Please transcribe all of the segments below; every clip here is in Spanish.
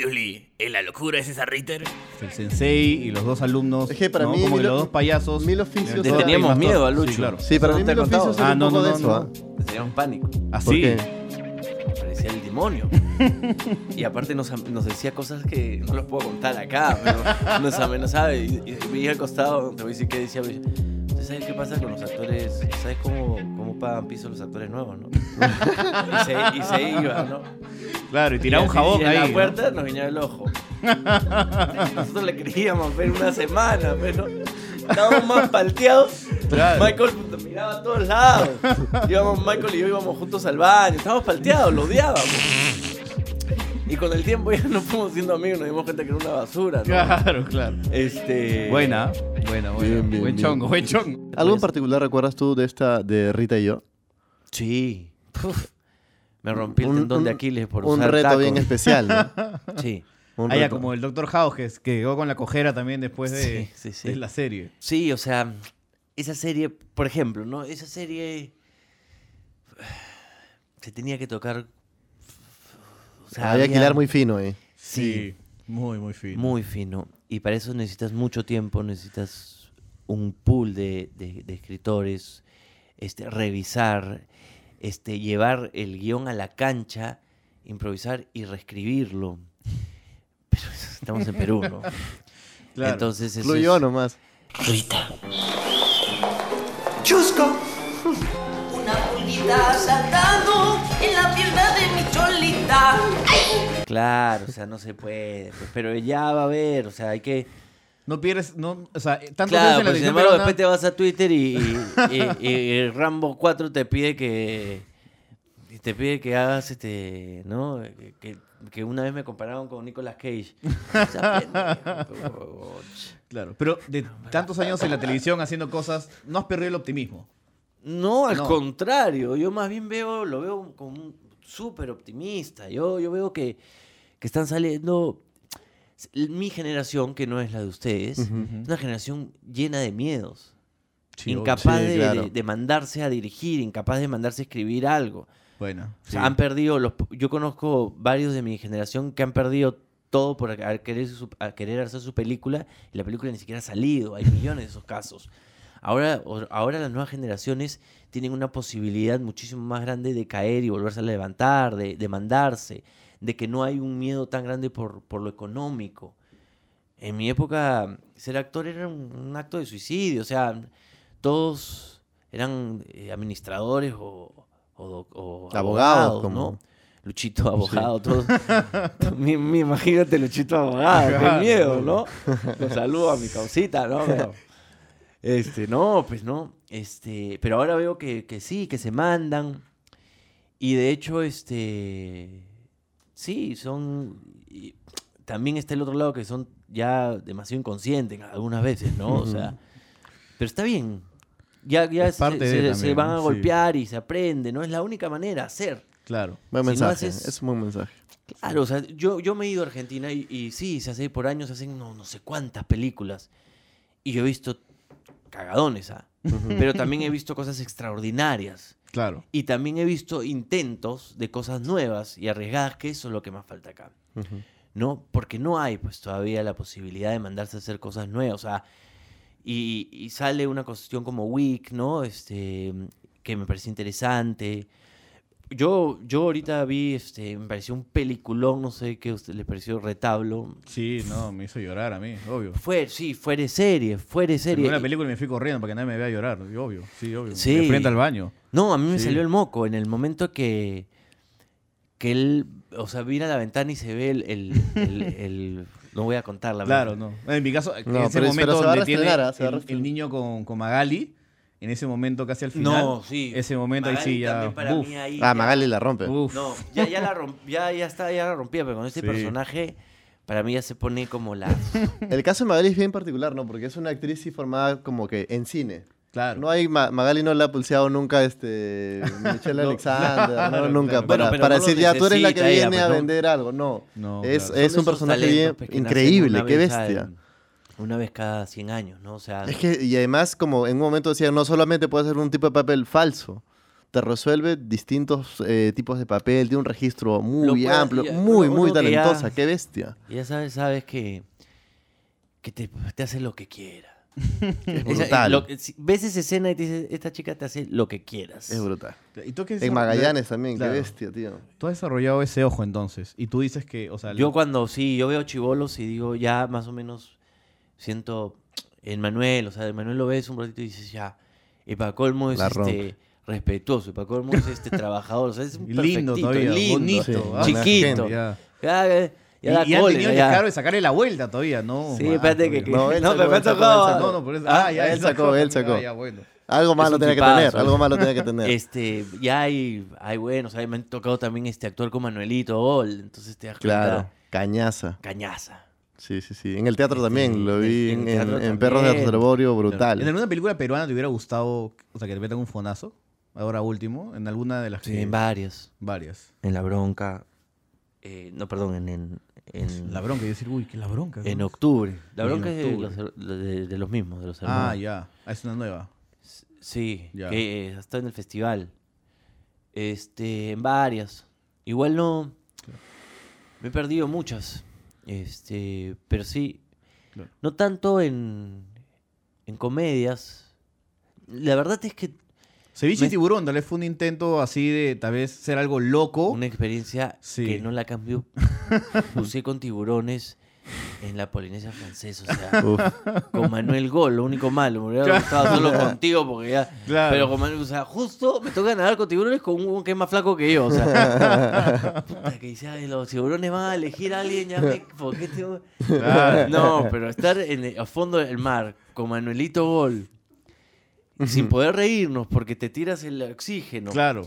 Previously, en la locura de César Ritter. El sensei y los dos alumnos. Es que para ¿no? mí Como mil que o- los dos payasos. mil oficios me- son- Le teníamos Sí, miedo a sí, Lucho. claro. Sí, para Eso mí no te Mil he contado. Oficios es Ah, un no, poco no, de no, eso, no. ¿ah? Teníamos pánico. ¿Por Así. qué? Parecía el demonio. Y aparte nos, am- nos decía cosas que no las puedo contar acá, pero nos amenazaba. Y, y me dije al costado, te voy a decir qué decía. me dice, ¿Usted sabe qué pasa con los actores? ¿Sabes cómo, cómo pagan piso los actores nuevos, no? Y se, y se iba, ¿no? Claro, y tiraba un Y- jabón y en ahí. la ¿no? puerta nos guiñaba el ojo. Nosotros le creíamos, pero una semana, pero estábamos más palteados. Claro. Michael puta, miraba a todos lados. Íbamos, Michael y yo íbamos juntos al baño. Estábamos palteados, lo odiábamos. Y con el tiempo ya no fuimos siendo amigos, nos dimos cuenta que era una basura, ¿no? Claro, claro. Este. Buena, buena, buena. Eh, Bien, bien, buen bien. chongo, buen chongo. ¿Algo en Pues. particular recuerdas tú de esta de Rita y yo? Sí. Puf. Me rompí el Un- tendón de un- Aquiles por un usar reto tacos. bien especial, ¿no? Sí. Un Ah, ya, reto. como el Dr. House que, que llegó con la cojera también después de, Sí, sí, sí. de la serie. Sí, o sea, esa serie, por ejemplo, ¿no? Esa serie se tenía que tocar. o sea, Había que hilar había- muy fino ahí. Sí, muy, muy fino. muy fino. Y para eso necesitas mucho tiempo, necesitas un pool de, de- de escritores, este, revisar, este, llevar el guión a la cancha, improvisar y reescribirlo. Pero estamos en Perú, ¿no? Claro. Entonces eso Fluyó es- nomás. Rita. Chusco. Una pulguita saltando en la pierna de mi cholita. Claro, o sea, no se puede. pues, pero ya va a haber, o sea, hay que. No pierdes, no, o sea, tanto Claro, pues, que es pero sin en la televisión embargo, peruana- después te vas a Twitter y, y- y- y Rambo 4 te pide que. y Te pide que hagas este. ¿No? Que, que una vez me compararon con Nicolas Cage. O sea, pendejo, huevón. Claro, pero de tantos años en la televisión haciendo cosas, no has perdido el optimismo. No, al No. contrario. Yo más bien veo, lo veo como un súper optimista. Yo, yo veo que, que están saliendo. Mi generación, que no es la de ustedes, es una generación llena de miedos. incapaz sí, de, claro. de- de mandarse a dirigir, incapaz de mandarse a escribir algo. Bueno, O sea, han perdido. Los, yo conozco varios de mi generación que han perdido todo por a- querer, su- a querer hacer su película y la película ni siquiera ha salido. Hay millones de esos casos. Ahora, o- ahora las nuevas generaciones tienen una posibilidad muchísimo más grande de caer y volverse a levantar, de, de mandarse, de que no hay un miedo tan grande por, por lo económico. En mi época, ser actor era un, un acto de suicidio. O sea, todos eran eh, administradores o, o doc- o Abogados, abogados, como- ¿no? Luchito abogado, todo. Mi- mi- imagínate Luchito abogado, qué miedo, ¿no? Lo saludo a mi causita, ¿no? Pero, este, no, pues no. Este, pero ahora veo que, que sí, que se mandan. Y de hecho, este. Sí, son. y también está el otro lado que son ya demasiado inconscientes algunas veces, ¿no? O sea. Pero está bien. Ya, ya Es se, parte de se- se también, van a ¿no? Sí. golpear y se aprende, ¿no? Es la única manera, hacer. claro. Buen Si no mensaje. haces- Es un buen mensaje. Claro, o sea, yo, yo me he ido a Argentina y, y sí, se hace por años, se hacen no, no sé cuántas películas. Y yo he visto cagadones, ¿ah? Pero también he visto cosas extraordinarias. Claro. Y también he visto intentos de cosas nuevas y arriesgadas, que eso es lo que más falta acá. ¿No? Porque no hay, pues, todavía la posibilidad de mandarse a hacer cosas nuevas. O sea, y, y sale una cuestión como Week, ¿no? Este, que me pareció interesante. Yo, yo ahorita vi, este, me pareció un peliculón, no sé qué a usted le pareció retablo. Sí, no, me hizo llorar a mí, obvio. Fue, sí, fue de serie, fue de En serie. la Y- película me fui corriendo para que nadie me vea llorar, y obvio, sí, obvio. Sí. Me frente al baño. No, a mí me Sí. salió el moco en el momento que, que él, o sea, mira la ventana y se ve el, el- el- el- no voy a contar la Claro, verdad. no. En mi caso, en No, ese pero- momento pero se va a donde tiene restrenar, ¿ah? Se va a el, el restrenar. niño con, con Magali, en ese momento casi al final. No, sí. Ese momento ahí Magali sí ya. también para uf, mí ahí Ah, ya- Magali la rompe. uf. No, ya, ya la romp- ya, ya está, ya la rompía, pero con este Sí. personaje para mí ya se pone como la El caso de Magali es bien particular, ¿no? Porque es una actriz y formada como que en cine. Claro. No hay Ma- Magali no la ha pulseado nunca este Michelle No, Alexander, claro, no nunca claro. para, Bueno, pero para no lo decir ya tú eres la que necesita ella, viene pues, a no. vender algo, no. No, claro. es es Son un esos personaje talentos, bien pues, que nacen increíble, una qué vez al- bestia. una vez cada 100 años, ¿no? O sea, Es que, y además, como en un momento decían, no solamente puede ser un tipo de papel falso, te resuelve distintos eh, tipos de papel, tiene un registro Lo muy puedes- amplio, ya, muy, uno- muy uno "Ah, que ya- talentosa, qué bestia. Y ya sabes, sabes que, que te, te hace lo que quiera. Es Esa- eh, brutal. lo que- si- ves esa escena y te dices, esta chica te hace lo que quieras. Es brutal. ¿Y tú qué En Magallanes también, Claro. qué bestia, tío. Tú has desarrollado ese ojo entonces. Y tú dices que, o sea, Yo cuando sí, yo veo chivolos y digo, ya más o menos siento el Manuel, o sea, el Manuel lo ves un ratito y dices, ya, y para colmo es La este rompe. respetuoso, y para colmo es este trabajador, o sea, es un lindo perfectito, todavía, lindo, bonito, sí, ah, chiquito. gente, ya. Ya, ya, Y, ya da y han cólera, tenido que ya. claro, de sacarle la vuelta todavía, ¿no? Sí, Ah, espérate que... todavía. que- No, él sacó, me ha él sacó, él tocado- sacó, No, no, por eso. Ah, Ah, ya, él sacó, él sacó. Ah, ya, bueno. Algo malo un tenía que tipazo, tener, ¿no? algo malo tenía que tener. Este, ya hay, hay bueno, o sea, me han tocado también este actuar con Manuelito Gol, entonces te das cuenta, Claro, cañaza. cañaza. Sí, sí, sí. En el teatro Este, también, lo en el- vi en el en, teatro en Perros de también. Reservorio, ¿En brutal. alguna película peruana te hubiera gustado, o sea, que te metan un fonazo? Ahora último, en alguna de las Sí, que- en varios. varias. En la bronca. eh, no, perdón, en, en, en, La bronca, y decir, uy, qué la bronca. ¿no? en octubre. La En bronca es de los, octubre. her- de, de los mismos, de los hermanos. Ah, ya. Ah, es una nueva. Sí, Ya. que eh, está en el festival. Este, en varias. Igual no. Me he perdido muchas. Este, pero sí. Claro. No tanto en, en comedias. La verdad es que Ceviche y Me- tiburón, tal vez fue un intento así de tal vez ser algo loco. Una experiencia Oh. Sí. que no la cambió. Usé con tiburones en la Polinesia francesa, o sea, Uf. con Manuel Gol, lo único malo. Me hubiera gustado hacerlo contigo porque ya. Claro. Pero con Manuel, o sea, justo me toca nadar con tiburones con un que es más flaco que yo, o sea. puta, que dice, "Ay, los tiburones van a elegir a alguien, ya me. ¿por qué tengo-?" Claro. No, pero estar en el- a fondo del mar con Manuelito Gol. Sin poder reírnos porque te tiras el oxígeno Claro.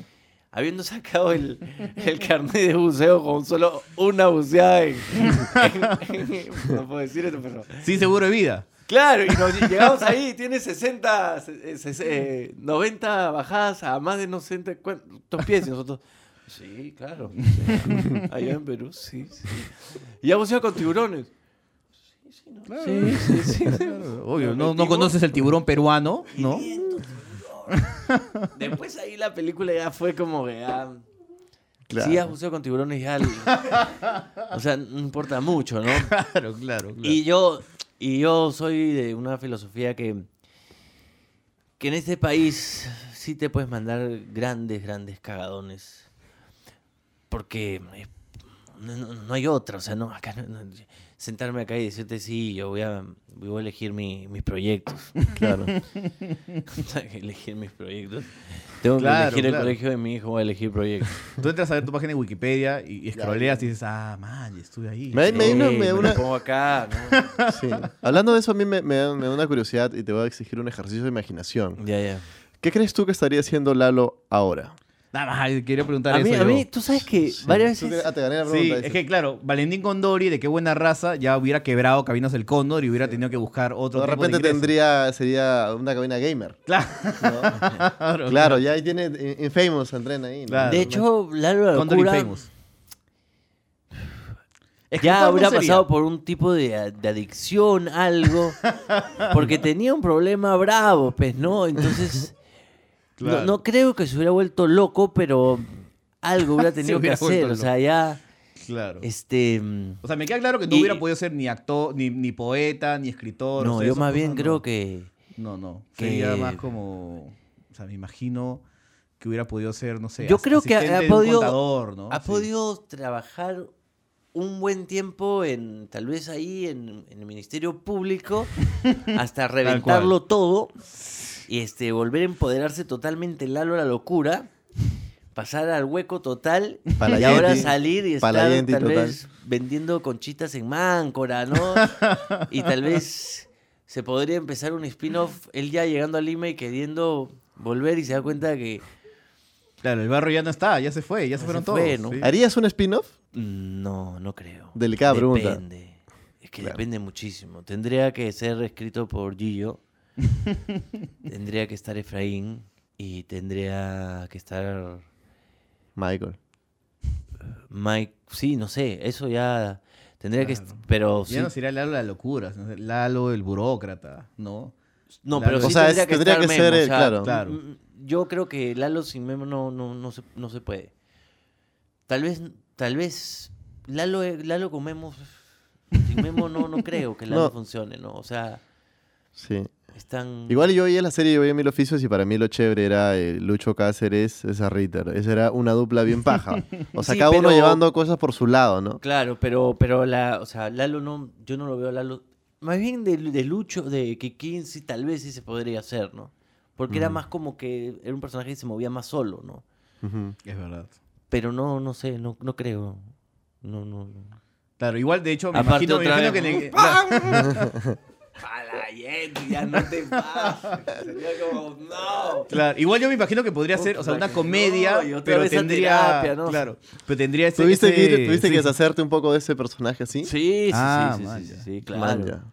habiendo sacado el, el carnet de buceo con solo una buceada en, en- en- no puedo decir esto, pero Sin seguro de vida. claro, y nos llegamos ahí, tiene 60, se- se- se- 90 bajadas a más de no sé entre cuántos pies y nosotros sí, claro, allá en Perú, sí, sí. Y ya buceado con tiburones. Sí, sí, ¿no? sí, sí, sí. Claro, Obvio, no, no Tiburón. conoces el tiburón peruano, ¿no? Después ahí la película ya fue como que ya... Claro. Sí, has buceado con tiburones ya... o sea, no importa mucho, ¿no? Claro, claro, claro. Y yo, y yo soy de una filosofía que, que en este país sí te puedes mandar grandes, grandes cagadones. Porque eh, no, no- no hay otra. O sea, no, acá no- no- sentarme acá y decirte sí, yo voy a, voy a elegir mi- mis proyectos. Claro. elegir mis proyectos. Tengo Claro, que elegir el claro. colegio de mi hijo, voy a elegir proyectos. Tú entras a ver tu página de Wikipedia y, y scrolleas y dices, ah, man, estuve ahí. Me- me- Sí, me- me lo una- pongo acá. ¿no? Sí. Hablando de eso, a mí me, me da- me da una curiosidad y te voy a exigir un ejercicio de imaginación. Ya, ya. ¿Qué crees tú que estaría haciendo Lalo ahora? Nada más, quería preguntar A mí, eso. a yo. mí, tú sabes que Sí. varias Tú veces... te- ah, te gané la Sí, pregunta. es dices. que claro, Valentín Condori, de qué buena raza, ya hubiera quebrado Cabinas del Cóndor y hubiera tenido que buscar otro de tipo de repente ingreso. tendría, sería una cabina gamer. Claro. Claro, ya ahí tiene In- Infamous, entrena ahí. ¿no? Claro. De hecho, Lalo la Condor locura Infamous. ya todo habrá sería. pasado por un tipo de, a- de adicción, algo, porque tenía un problema bravo, pues, ¿no? Entonces, no- Claro. no, creo que se hubiera vuelto loco, pero algo hubiera Se tenido hubiera que hacer, vuelto o sea, ya, Claro. este... mm, O sea, me queda claro que no Y- hubiera podido ser ni actor, ni, ni poeta, ni escritor. o No, sea, yo esas más bien cosas no. creo que... No, no. que- Sería más como. O sea, me imagino que hubiera podido ser, no sé. Yo as- creo que ha- ha asistente de un podido- contador, ¿no? ha Sí. podido trabajar un buen tiempo en tal vez ahí en, en el ministerio público hasta reventarlo todo y este volver a empoderarse totalmente Lalo a la locura pasar al hueco total y Palayenti, ahora salir y estar Palayenti tal total. vez vendiendo conchitas en Máncora no y tal vez se podría empezar un spin-off él ya llegando a Lima y queriendo volver y se da cuenta que Claro, el barrio ya no está, ya se fue, ya se se fueron todos. fue, ¿no? sí. ¿Harías un spin-off? No, no creo. Delicada pregunta. Depende. Es que Claro. depende muchísimo. Tendría que ser escrito por Gillo. tendría que estar Efraín. Y tendría que estar Michael. Mike. Sí, no sé. Eso ya. Tendría que. est- Pero Ya pues sí. no sería Lalo la locura, sino Lalo el burócrata, ¿no? No, Claro. pero sí O sea, tendría es- que, tendría estar que ser, Memo, o eh, sea, claro. Claro. mm, Yo creo que Lalo sin Memo no, no, no, se, no se puede. Tal vez, tal vez Lalo, eh, Lalo con Memo, sin Memo no, no creo que Lalo No. funcione, ¿no? O sea, Sí. están... Igual yo veía la serie, yo veía Mil Oficios y para mí lo chévere era eh, Lucho Cáceres, esa Ritter. Esa era una dupla bien paja. O sea, Sí, cada uno pero- llevando cosas por su lado, ¿no? Claro, pero, pero la, o sea, Lalo no, yo no lo veo a Lalo. Más bien de, de Lucho, de Kikín, sí, tal vez sí se podría hacer, ¿no? Porque Mm. era más como que era un personaje que se movía más solo, ¿no? Ujú. Es verdad. Pero no, no sé, no, no creo. No, no. no. Claro, igual de hecho me Aparte imagino, me otra imagino que vez, en el- A la Yeti, ya Ah, no te pases. Sería como, no. claro, igual yo me imagino que podría ser, o sea, una comedia, y otra pero vez a tendría, terapia, ¿no? claro, pero tendría ese, ¿Tuviste, que, ese- ir- tuviste que sí. deshacerte un poco de ese personaje así? Sí, sí, Ah, sí, man, sí, sí, ya. sí, sí, claro. Man, ya.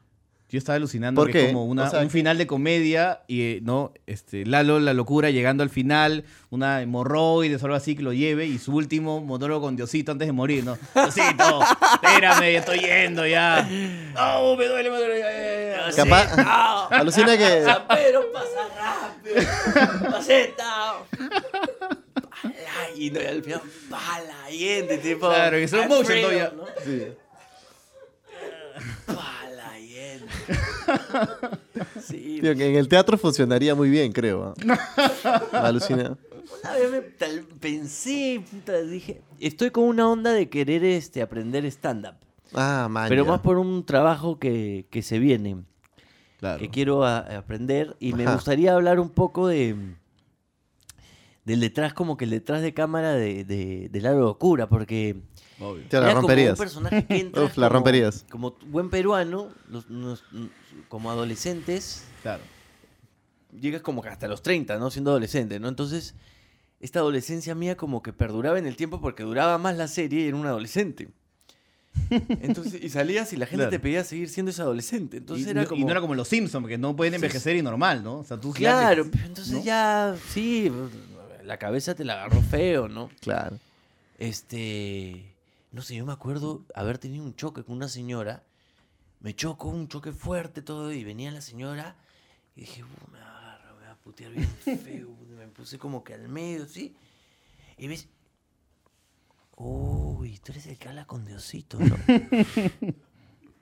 Yo estaba alucinando ¿Por que es qué? como una- O sea, un final de comedia y eh, no, este, Lalo, la locura, llegando al final, una hemorroides o algo así que lo lleve y su último monólogo con Diosito antes de morir, ¿no? Diosito, espérame, ya estoy yendo ya. No, me duele, me duele. ya, ya, ya". Capaz- Alucina que. Pero pasa rápido. Paseta. Pala. Y no, y al final, pala. Yeti, tipo. Claro, y slow motion Alfredo, todavía. ¿no? Sí. Pala. Yeti. Sí. Tío, que en el teatro funcionaría muy bien, creo. ¿ah? Alucina. Una vez me tal- pensé, puta, dije, estoy con una onda de querer este, aprender stand-up. Ah, man. Pero ya. más por un trabajo que, que se viene. Claro. que quiero a- aprender y me Ajá. gustaría hablar un poco de del detrás como que el detrás de cámara de, de, de la locura porque Obvio. Te la era como romperías. un personaje que entra Uf, la como- romperías. como buen peruano los- nos- como adolescentes Claro. llegas como que hasta los 30 no siendo adolescente no entonces esta adolescencia mía como que perduraba en el tiempo porque duraba más la serie y era un adolescente entonces y salías y la gente Claro. te pedía seguir siendo ese adolescente entonces y, era no- y como no era como los Simpsons, que no pueden envejecer y normal, ¿no? O sea, tú ya- Claro, pero entonces ¿no? ya, sí, la cabeza te la agarró feo, ¿no? Claro. Este, no sé, yo me acuerdo haber tenido un choque con una señora, me chocó un choque fuerte todo y venía la señora y dije, "Uh, me va a agarrar, me va a putear bien feo, puta, me puse como que al medio, ¿sí? Y ves, uy, tú eres el que habla con Diosito, ¿no?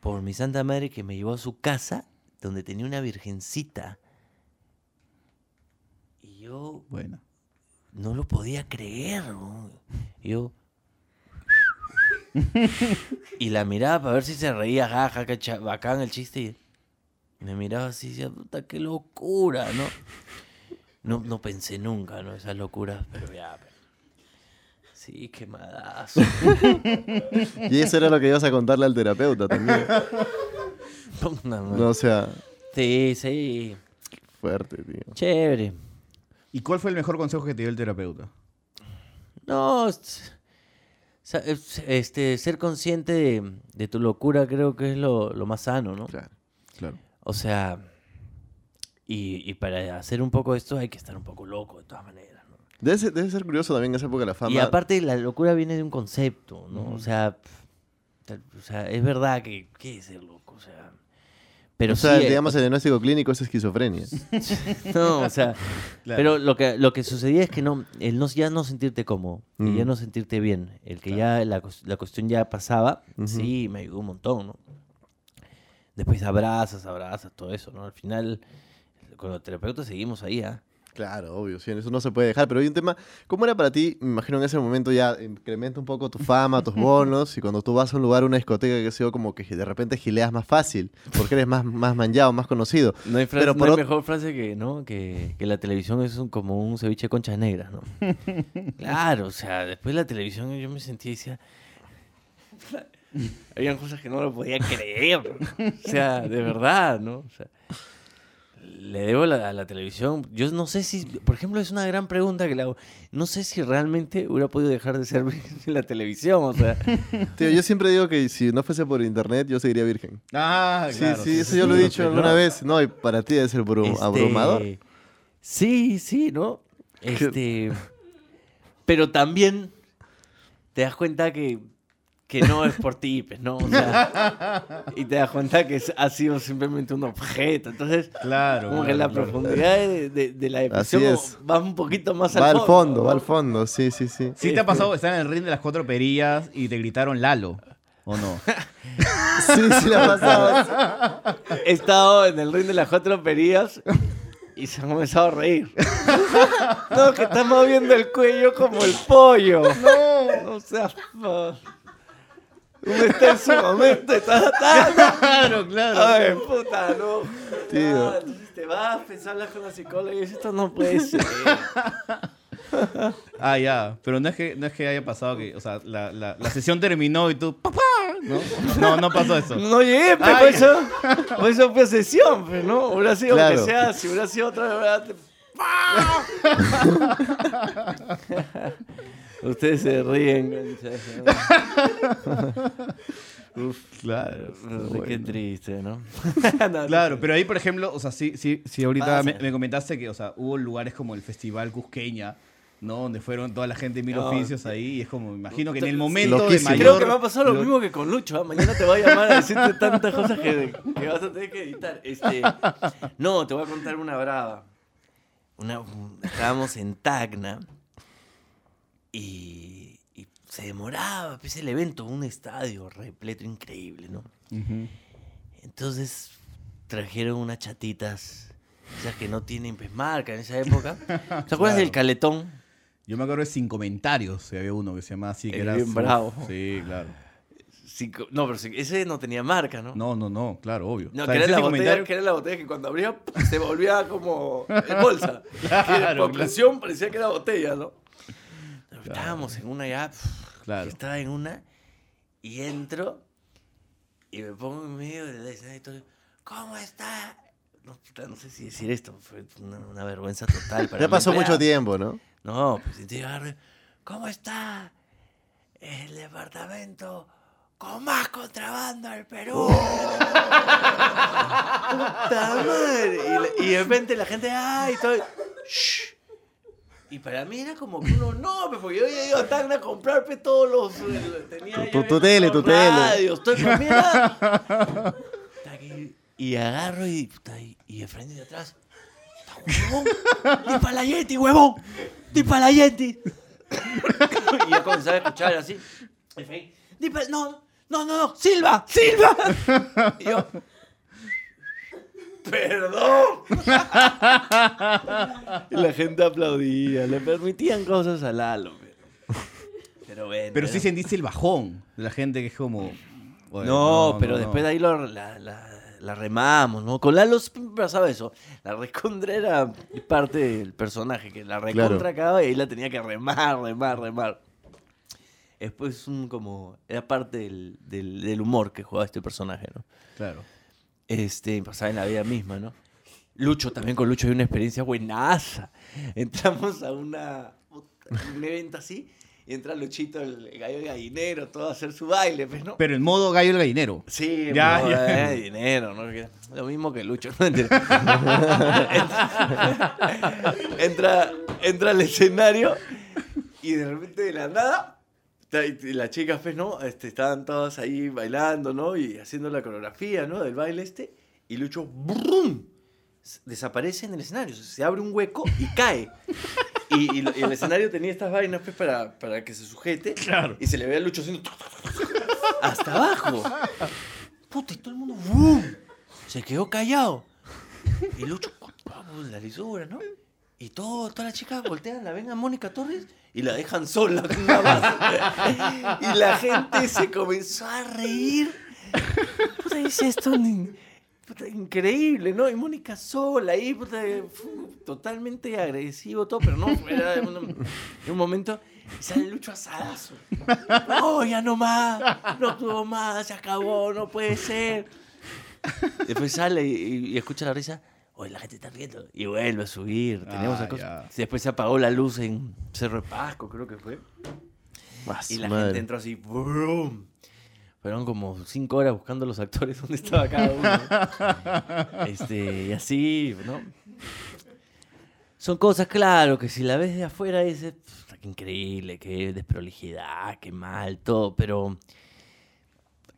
Por mi santa madre que me llevó a su casa, donde tenía una virgencita. Y yo Bueno. no lo podía creer. ¿no? Y Yo. y la miraba para ver si se reía, jaja, que cha- bacán el chiste. Y me miraba así y decía, puta, qué locura, ¿no? No, no pensé nunca, ¿no? Esas locuras, pero ya, pero- Sí, quemadazo. Y eso era lo que ibas a contarle al terapeuta también. Puta madre. No, o sea, Sí, sí. fuerte, tío. Chévere. ¿Y cuál fue el mejor consejo que te dio el terapeuta? No, es- sa- es- este, ser consciente de, de tu locura creo que es lo, lo más sano, ¿no? Claro. Claro. O sea, y, y para hacer un poco esto hay que estar un poco loco de todas maneras, ¿no? Debe ser, debe ser curioso también en esa época de la fama. Y aparte la locura viene de un concepto, ¿no? O sea, pf, tal- o sea, es verdad que ¿qué es ser loco? O sea, pero o sea, sí, eh, digamos, el diagnóstico clínico es esquizofrenia. no, o sea, Claro. pero lo que lo que sucedía es que no el no ya no sentirte cómodo, y ya Mm. no sentirte bien, el que ya la, cues- la cuestión ya pasaba, sí, me ayudó un montón, ¿no? Después abrazas, abrazas, todo eso, ¿no? Al final con los terapeutas seguimos ahí, ¿ah? Claro, obvio, sí, eso no se puede dejar. Pero hay un tema, ¿cómo era para ti? Me imagino en ese momento ya incrementa un poco tu fama, tus bonos, y cuando tú vas a un lugar, una discoteca, que sea como que de repente gileas más fácil, porque eres más, más manchado, más conocido. No hay, frase, Pero no por hay ot- mejor frase que, ¿no? que, que la televisión es un- como un ceviche de conchas negras, ¿no? claro, o sea, después de la televisión yo me sentía y decía... Habían cosas que no lo podía creer. O sea, de verdad, ¿no? O sea, le debo la- a la televisión. Yo no sé si, por ejemplo, es una gran pregunta que le hago. No sé si realmente hubiera podido dejar de ser virgen en la televisión. O sea, Tío, yo siempre digo que si no fuese por internet, yo seguiría virgen. Ah, Sí, claro. sí, eso yo lo he sí, dicho sí, alguna no. vez. No, y para ti debe ser bru- Este, abrumador. Sí, sí, ¿no? Este. Pero también te das cuenta que, que no es por ti, pues, ¿no? O sea, y te das cuenta que es- ha sido simplemente un objeto. Entonces, Claro. como claro, que la claro. profundidad de, de- de la depresión es. como va un poquito más Va al fondo, ¿no? va al fondo, sí, sí, sí. ¿Sí te ha pasado estar en el ring de las cuatro perillas y te gritaron Lalo? ¿O no? Sí, sí, le ha pasado. He estado en el ring de las cuatro perillas y se han comenzado a reír. No, que estás moviendo el cuello como el pollo. No, no seas. pa- Uno está en su momento, está. claro, claro. Ay, puta, no. Tío. Ah, entonces te vas, pensar hablas con la psicóloga y dices, esto no puede ser. Ah, ya. Pero no es que, no es que haya pasado que, o sea, la, la, la sesión terminó y tú, ¡papá! ¿No? no, no pasó eso. No llegué, pero Ay. por eso, por eso fue sesión, pues, ¿no? Hubiera sido, aunque Claro. sea, si hubiera sido otra, verdad. Ustedes se ríen, concha. Claro. Qué triste, ¿no? Claro, pero ahí, por ejemplo, o sea, sí, sí, sí ahorita Pasa. me, me comentaste que, o sea, hubo lugares como el Festival Cusqueña, ¿no? Donde fueron toda la gente de mil No. oficios ahí y es como, me imagino que en el momento de Loquísimo. mayor... Creo que me ha pasado lo, lo- mismo que con Lucho. ¿ah? Mañana te voy a llamar a decirte tantas cosas que, que vas a tener que editar. Este, no, te voy a contar una brava. Una, estábamos en Tacna y, y se demoraba pues, el evento, un estadio repleto, increíble, ¿no? Ujú. Entonces trajeron unas chatitas, esas que no tienen pues, marca en esa época. ¿Te acuerdas del caletón? Yo me acuerdo de Sin Comentarios, que había uno que se llamaba así, que Era era... bien su- bravo. Sí, claro. Cinco- no, pero sí, ese no tenía marca, ¿no? No, no, no, claro, obvio. No, O sea, que, era ese la Sin botella, Comentarios- que era la botella que cuando abría ¡pum! se volvía como en bolsa. que Claro, por presión parecía que era botella, ¿no? Pero Estábamos en una ya. pff, Claro. yo Estaba en una y entro y me pongo en medio de la escena y todo. ¿Cómo está? No, puta, no sé si decir esto, fue una, una vergüenza total. Para Ya mí, pasó claro. mucho tiempo, ¿no? No, pues entonces yo agarré, ¿Cómo está el departamento con más contrabando del Perú? ¡Puta madre! Y, la- y de repente la gente, ¡ay! Todo, ¡Shh! Y para mí era como que uno, no, pues, porque yo había ido a Tacna a comprar pues, todos los. eh, Tenía Tu- ya tu había tele, comprado tu tele. Radios, todo eso, mira. Puta, que- Y agarro y, puta, y, y de frente y de atrás. ¡Huevón! ¡Dispara la Yeti, huevón! ¡Dispara la Yeti! y yo comenzaba a escuchar así. en fin, "Dispa- pues, no, no, no, no, Silva, Silva. Y yo, perdón. y la gente aplaudía, le permitían cosas a Lalo. pero- Pero bueno. Pero sí era- sentiste el bajón de la gente que es como... "Oye, no, pero no, después no". de ahí lo- la, la- la remamos, ¿no? Con Lalo siempre pasaba eso. La recontra era parte del personaje, que la recontra Claro. acaba y ahí la tenía que remar, remar, remar. Después un como... Era parte del, del- del humor que jugaba este personaje, ¿no? Claro. Este, pasaba en la vida misma, ¿no? Lucho, también con Lucho hay una experiencia buenaza. Entramos a una, un evento así y entra Luchito, el gallo gallinero, todo a hacer su baile, pues, ¿no? Pero en modo gallo el gallinero. Sí, Ya, pero, ya. eh, dinero, ¿no? Que- Lo mismo que Lucho. ¿no? Entra- entra, entra al escenario y de repente de la nada, ta- y y las chicas, pues, ¿no? Este, estaban todas ahí bailando, ¿no? Y haciendo la coreografía, ¿no? Del baile este. Y Lucho, ¡brum! s- Desaparece en el escenario. Se- Se abre un hueco y cae. Y, y lo- y el escenario tenía estas vainas, pues, para, para que se sujete. Claro. Y se le ve a Lucho haciendo hasta abajo. Puta, y todo el mundo ¡bum! se quedó callado. Y Lucho, vamos, la lisura, ¿no? Y todo, todas las chicas voltean, la ven a Mónica Torres y la dejan sola con una base. Y la gente se comenzó a reír. Puta, dice esto ni- puta, increíble, ¿no? Y Mónica sola ahí, puta, fu- totalmente agresivo, todo, pero no, era de un, de un momento. Y sale Lucho asadazo. No, ya no más, no tuvo más, se acabó, no puede ser. Después sale y, y- y escucha la risa. Oye, la gente está riendo. Y vuelve a subir. Tenemos Ah, la cosa. ya. Después se apagó la luz en Cerro de Pasco, creo que fue. Ah, Y su la madre. gente entró así, ¡brum! Fueron como cinco horas buscando los actores dónde estaba cada uno. este, y así, ¿no? Son cosas, claro, que si la ves de afuera dices, "Pff, qué increíble, qué desprolijidad, qué mal, todo, pero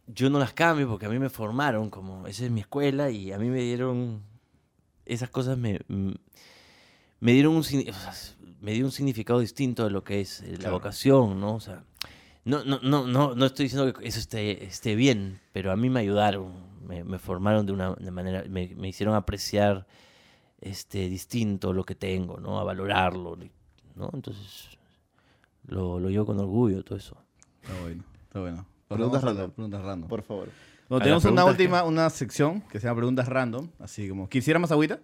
yo no las cambio porque a mí me formaron como, esa es mi escuela y a mí me dieron, esas cosas me, mm, me dieron un, signi- o sea, me dio un significado distinto de lo que es eh, la Claro. vocación, ¿no? O sea, no, no, no, no, no estoy diciendo que eso esté, esté bien, pero a mí me ayudaron, me, me formaron de una de manera, me, me hicieron apreciar este, distinto lo que tengo, ¿no? A valorarlo, ¿no? Entonces, lo, lo llevo con orgullo, todo eso. Está bueno, está bueno. Vamos Preguntas a- random. Preguntas random. Por favor. Bueno, A tenemos las una preguntas última, una sección que se llama preguntas random. Así como, ¿quisiera más agüita?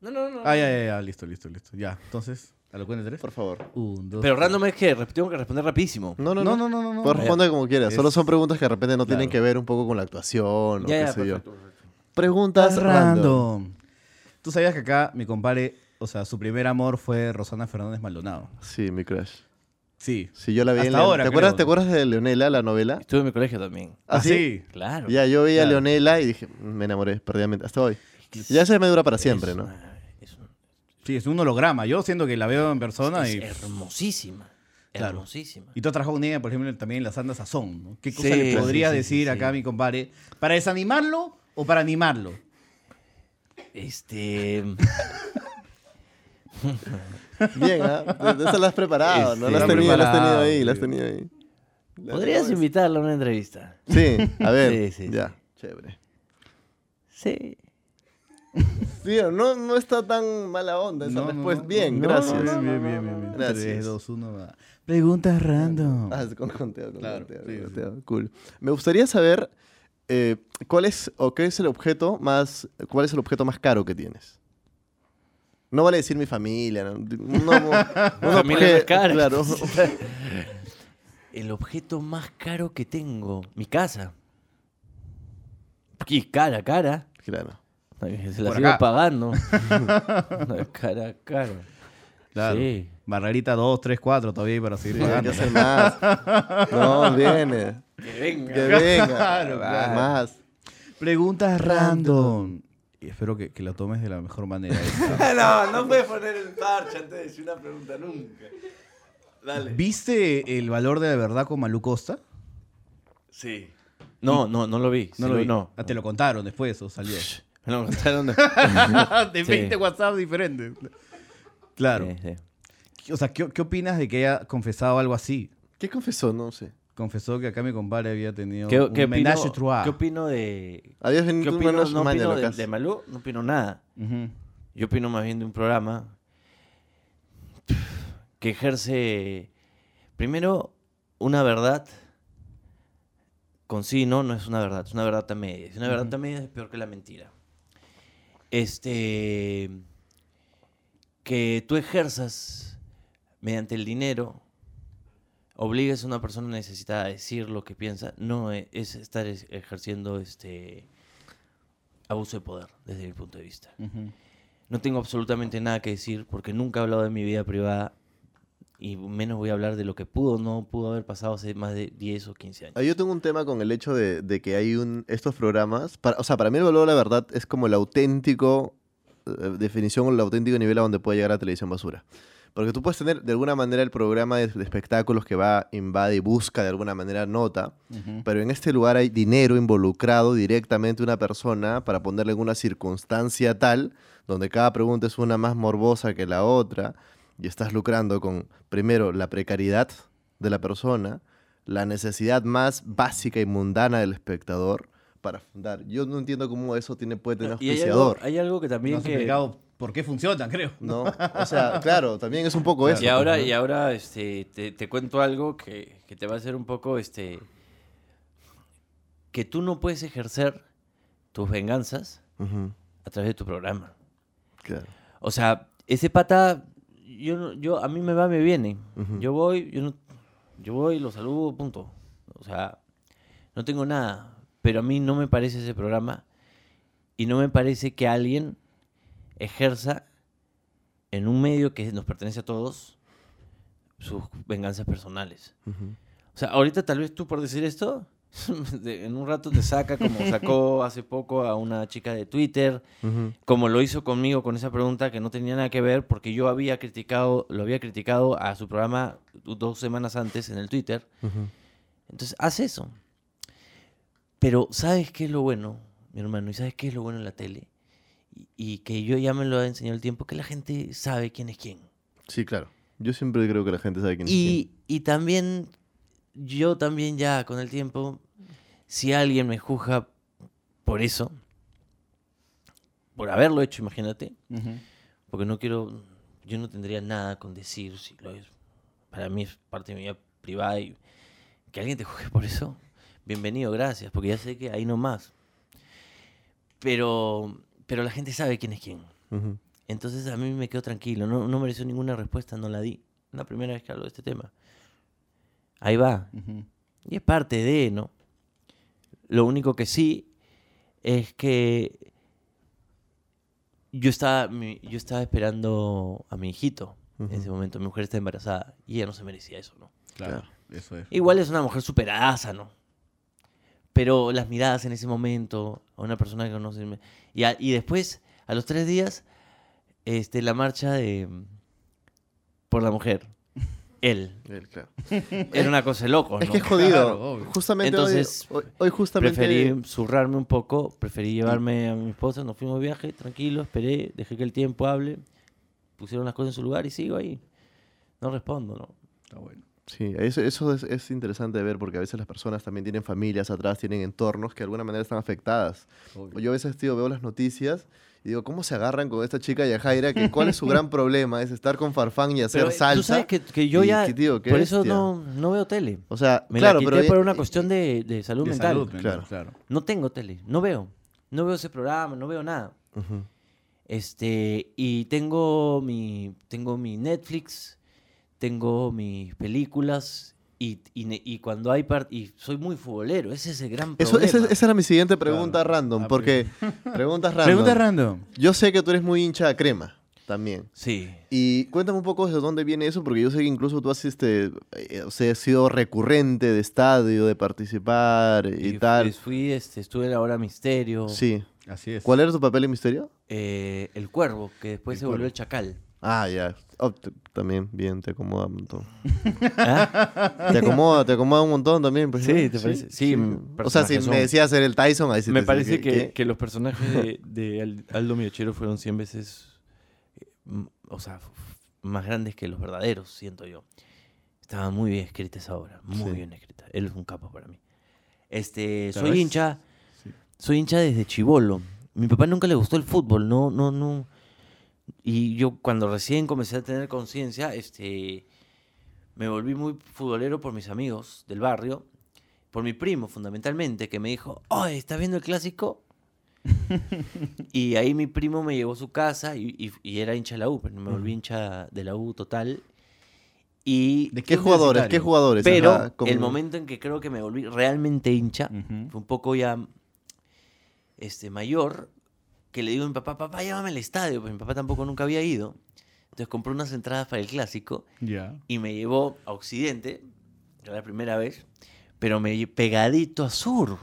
No, no, no. Ah, ya, ya, ya, listo, listo, listo. Ya, entonces, a lo cuenta de tres. Por favor. Un, dos. Pero tres. random es que re- tengo que responder rapidísimo. No, no, No, no, no. no, no. no. Puedes responder como quieras. Solo Es- son preguntas que de repente no tienen Claro. que ver un poco con la actuación o Ya, qué ya, sé perfecto, yo. perfecto. Preguntas Estás random. random. Tú sabías que acá mi compadre, o sea, su primer amor fue Rosana Fernández Maldonado. Sí, mi crush. Sí. Sí, yo la vi Hasta en la- ahora, ¿Te acuerdas, creo. ¿Te acuerdas de Leonela, la novela? Estuve en mi colegio también. Ah, ¿Así? sí. Claro. Ya, yo veía Claro. a Leonela y dije, me enamoré perdidamente. Hasta hoy. Ya se me dura para siempre, Es ¿no? una- es una- Sí, es un holograma. Yo siento que la veo en persona es y. hermosísima. Claro. Hermosísima. Y tú has trabajado con ella, por ejemplo, también en la Santa Sazón. ¿no? ¿Qué cosa Sí, le podrías sí, sí, decir sí, acá sí. a mi compadre? ¿Para desanimarlo o para animarlo? Este. Bien, ¿ah? De- de Esa la has preparado, ¿no? Este, La has la he tenido, la has tenido preparado, ahí, la has tío. tenido ahí. La ¿Podrías tengo ahí. invitarla a una entrevista? Sí, a ver. Sí, sí, ya. Chévere. Sí. Tío, no, no está tan mala onda esa No, no, respuesta. no. bien, No, gracias. Bien, bien, bien, bien, bien. Gracias. 3, 2, 1. va. Preguntas random. Ah, con conteo, con Claro, conteo, sí, con sí. conteo. Cool. Me gustaría saber eh, cuál es o qué es el objeto más cuál es el objeto más caro que tienes. No vale decir mi familia, no, No, no, un familia obje- más cara. Claro. El objeto más caro que tengo. Mi casa. Y cara, cara. claro. Ay, Se la Por sigo acá. pagando. cara, cara. Claro. Sí. Barrerita 2, 3, 4 todavía hay para seguir Sí, hay pagando. que hacer más. No, viene. Que venga. Que venga. Claro, claro. Más. Preguntas random. Y espero que, que la tomes de la mejor manera. no, no puedes poner el parche antes de decir una pregunta nunca. Dale. ¿Viste el valor de la verdad con Malu Costa? Sí. No, no, no lo vi. Sí No lo vi. No. Ah, te lo contaron después o salió. Me lo contaron de- de Sí. 20 WhatsApp diferentes. Claro. Sí, sí. O sea, ¿qué, qué opinas de que haya confesado algo así? ¿Qué confesó? No sé. Confesó que acá mi compadre había tenido ¿Qué, un qué opino, ménage trois. ¿Qué opino de... Habías ¿Qué venido un opino, menos no mañana, opino de, Lucas. de Malú? No opino nada. Ujú. Yo opino más bien de un programa que ejerce, primero, una verdad con sí y no, no es una verdad, es una verdad a medias. Una verdad a medias es peor que la mentira. Este, que tú ejerzas mediante el dinero, obligues a una persona necesitada a decir lo que piensa, no e- es estar es- ejerciendo este abuso de poder desde mi punto de vista. Ujú. No tengo absolutamente nada que decir porque nunca he hablado de mi vida privada y menos voy a hablar de lo que pudo o no pudo haber pasado hace más de 10 o 15 años. Ah, Yo tengo un tema con el hecho de, de que hay un, estos programas. para- o sea, para mí el valor de la verdad es como el auténtico eh, definición o el auténtico nivel a donde puede llegar la televisión basura. Porque tú puedes tener de alguna manera el programa de, de espectáculos que va, invade y busca de alguna manera nota, Ujú. pero en este lugar hay dinero involucrado directamente una persona para ponerle en una circunstancia tal, donde cada pregunta es una más morbosa que la otra, y estás lucrando con, primero, la precariedad de la persona, la necesidad más básica y mundana del espectador para fundar. Yo no entiendo cómo eso tiene, puede tener Ah, Y hay algo, auspiciador. hay algo que también No has que- explicado por qué funciona, creo. No, o sea, claro, también es un poco eso. Y ahora, pues, ¿no? y ahora este, te, te cuento algo que, que te va a hacer un poco este que tú no puedes ejercer tus venganzas Ujú, a través de tu programa. claro. O sea, ese pata, yo, no- yo, a mí me va, me viene. Ujú. Yo voy, yo, no, yo voy, lo saludo, punto. O sea, no tengo nada. Pero a mí no me parece ese programa y no me parece que alguien ejerza en un medio que nos pertenece a todos sus venganzas personales. Ujú. O sea, ahorita tal vez tú por decir esto, de- en un rato te saca como sacó hace poco a una chica de Twitter, Ujú. como lo hizo conmigo con esa pregunta que no tenía nada que ver porque yo había criticado, lo había criticado a su programa dos semanas antes en el Twitter. Ujú. Entonces, haz eso. Pero ¿sabes qué es lo bueno, mi hermano? ¿Y sabes qué es lo bueno en la tele? Y, y que yo ya me lo ha enseñado el tiempo, que la gente sabe quién es quién. Sí, claro. Yo siempre creo que la gente sabe quién es Y, y también, yo también ya con el tiempo, si alguien me juzga por eso, por haberlo hecho, imagínate, porque no quiero, yo no tendría nada con decir si lo es. Para mí es parte de mi vida privada y que alguien te juzgue por eso. Bienvenido, gracias, porque ya sé que ahí no más. Pero, pero la gente sabe quién es quién. quién. Ujú. Entonces a mí me quedo tranquilo, no, no mereció ninguna respuesta, no la di. La primera vez que hablo de este tema. Ahí va. Y es parte de, ¿no? Lo único que sí es que yo estaba, mi- yo estaba esperando a mi hijito en ese momento. Mi mujer está embarazada y ella no se merecía eso, ¿no? Claro, eso es. Igual es una mujer superadaza, ¿no? Pero las miradas en ese momento a una persona que conoce. Y, a- y después, a los tres días, este, la marcha de por la mujer. Él. Él, claro. Era una cosa de loco, ¿no? Es que es jodido. Claro, obvio. justamente Entonces, hoy, hoy- hoy justamente Mm. Preferí zurrarme un poco, preferí llevarme a mi esposa, nos fuimos de viaje, tranquilo, esperé, dejé que el tiempo hable, pusieron las cosas en su lugar y sigo ahí. No respondo, ¿no? Está bueno. Sí, eso, eso es, es interesante de ver porque a veces las personas también tienen familias atrás, tienen entornos que de alguna manera están afectadas. Yo a veces, tío, veo las noticias y digo, ¿cómo se agarran con esta chica Yajaira? Que ¿Cuál es su gran problema? Es estar con Farfán y hacer Pero, eh, salsa. Tú sabes que, que yo Y, ya... que, tío, qué por eso bestia. no, no veo tele. O sea, Me claro, la quité pero... por una cuestión de, de salud De mental. salud, claro. Claro. claro. No tengo tele, no veo. No veo ese programa, no veo nada. Ujú. Este, y tengo mi, tengo mi Netflix, tengo mis películas y, y ne- y cuando hay part y soy muy futbolero, ese es el gran Eso, problema. esa, esa era mi siguiente pregunta Claro. random, Ah, porque... preguntas random. Pregunta random. Yo sé que tú eres muy hincha de crema también. Sí. Y cuéntame un poco de dónde viene eso, porque yo sé que incluso tú has, este, eh, o sea, has sido recurrente de estadio, de participar y, Y tal. pues fui, este, estuve en la hora misterio, Sí. Así es. ¿Cuál era tu papel en Misterio? eh, el cuervo, que después El se volvió Cuervo. el chacal. Ah, ya. Oh, te- también, bien, te acomoda un montón. ¿Ah? Te acomoda, te acomoda un montón también. pues, Sí, ¿no? ¿te parece? Sí, O sea, si personajes son- me decías ser el Tyson, ahí sí Me te- parece ¿qué- que, qué? que los personajes de, de Al- Aldo Miochero fueron 100 veces, eh, mm, m- o sea, f- f- más grandes que los verdaderos, siento yo. Estaba muy bien escrita esa obra, muy Sí. bien escrita. Él es un capo para mí. Este, Claro, soy es- hincha, sí. soy hincha desde chivolo. Mi papá nunca le gustó el fútbol, no, no, no. Y yo cuando recién comencé a tener conciencia, este, me volví muy futbolero por mis amigos del barrio, por mi primo fundamentalmente, que me dijo, oh, ¿estás viendo el clásico? y ahí mi primo me llevó a su casa y, y- y era hincha de la U, pero me volví hincha de la U total. Y ¿De ¿Qué jugadores? ¿Qué universitario? jugadores? pero Ajá, como- el momento en que creo que me volví realmente hincha Ujú. fue un poco ya este, mayor que le digo a mi papá, papá, llévame al estadio, pues mi papá tampoco nunca había ido. Entonces compró unas entradas para el clásico Ya. y me llevó a Occidente, era la primera vez, pero me lle- pegadito a Sur.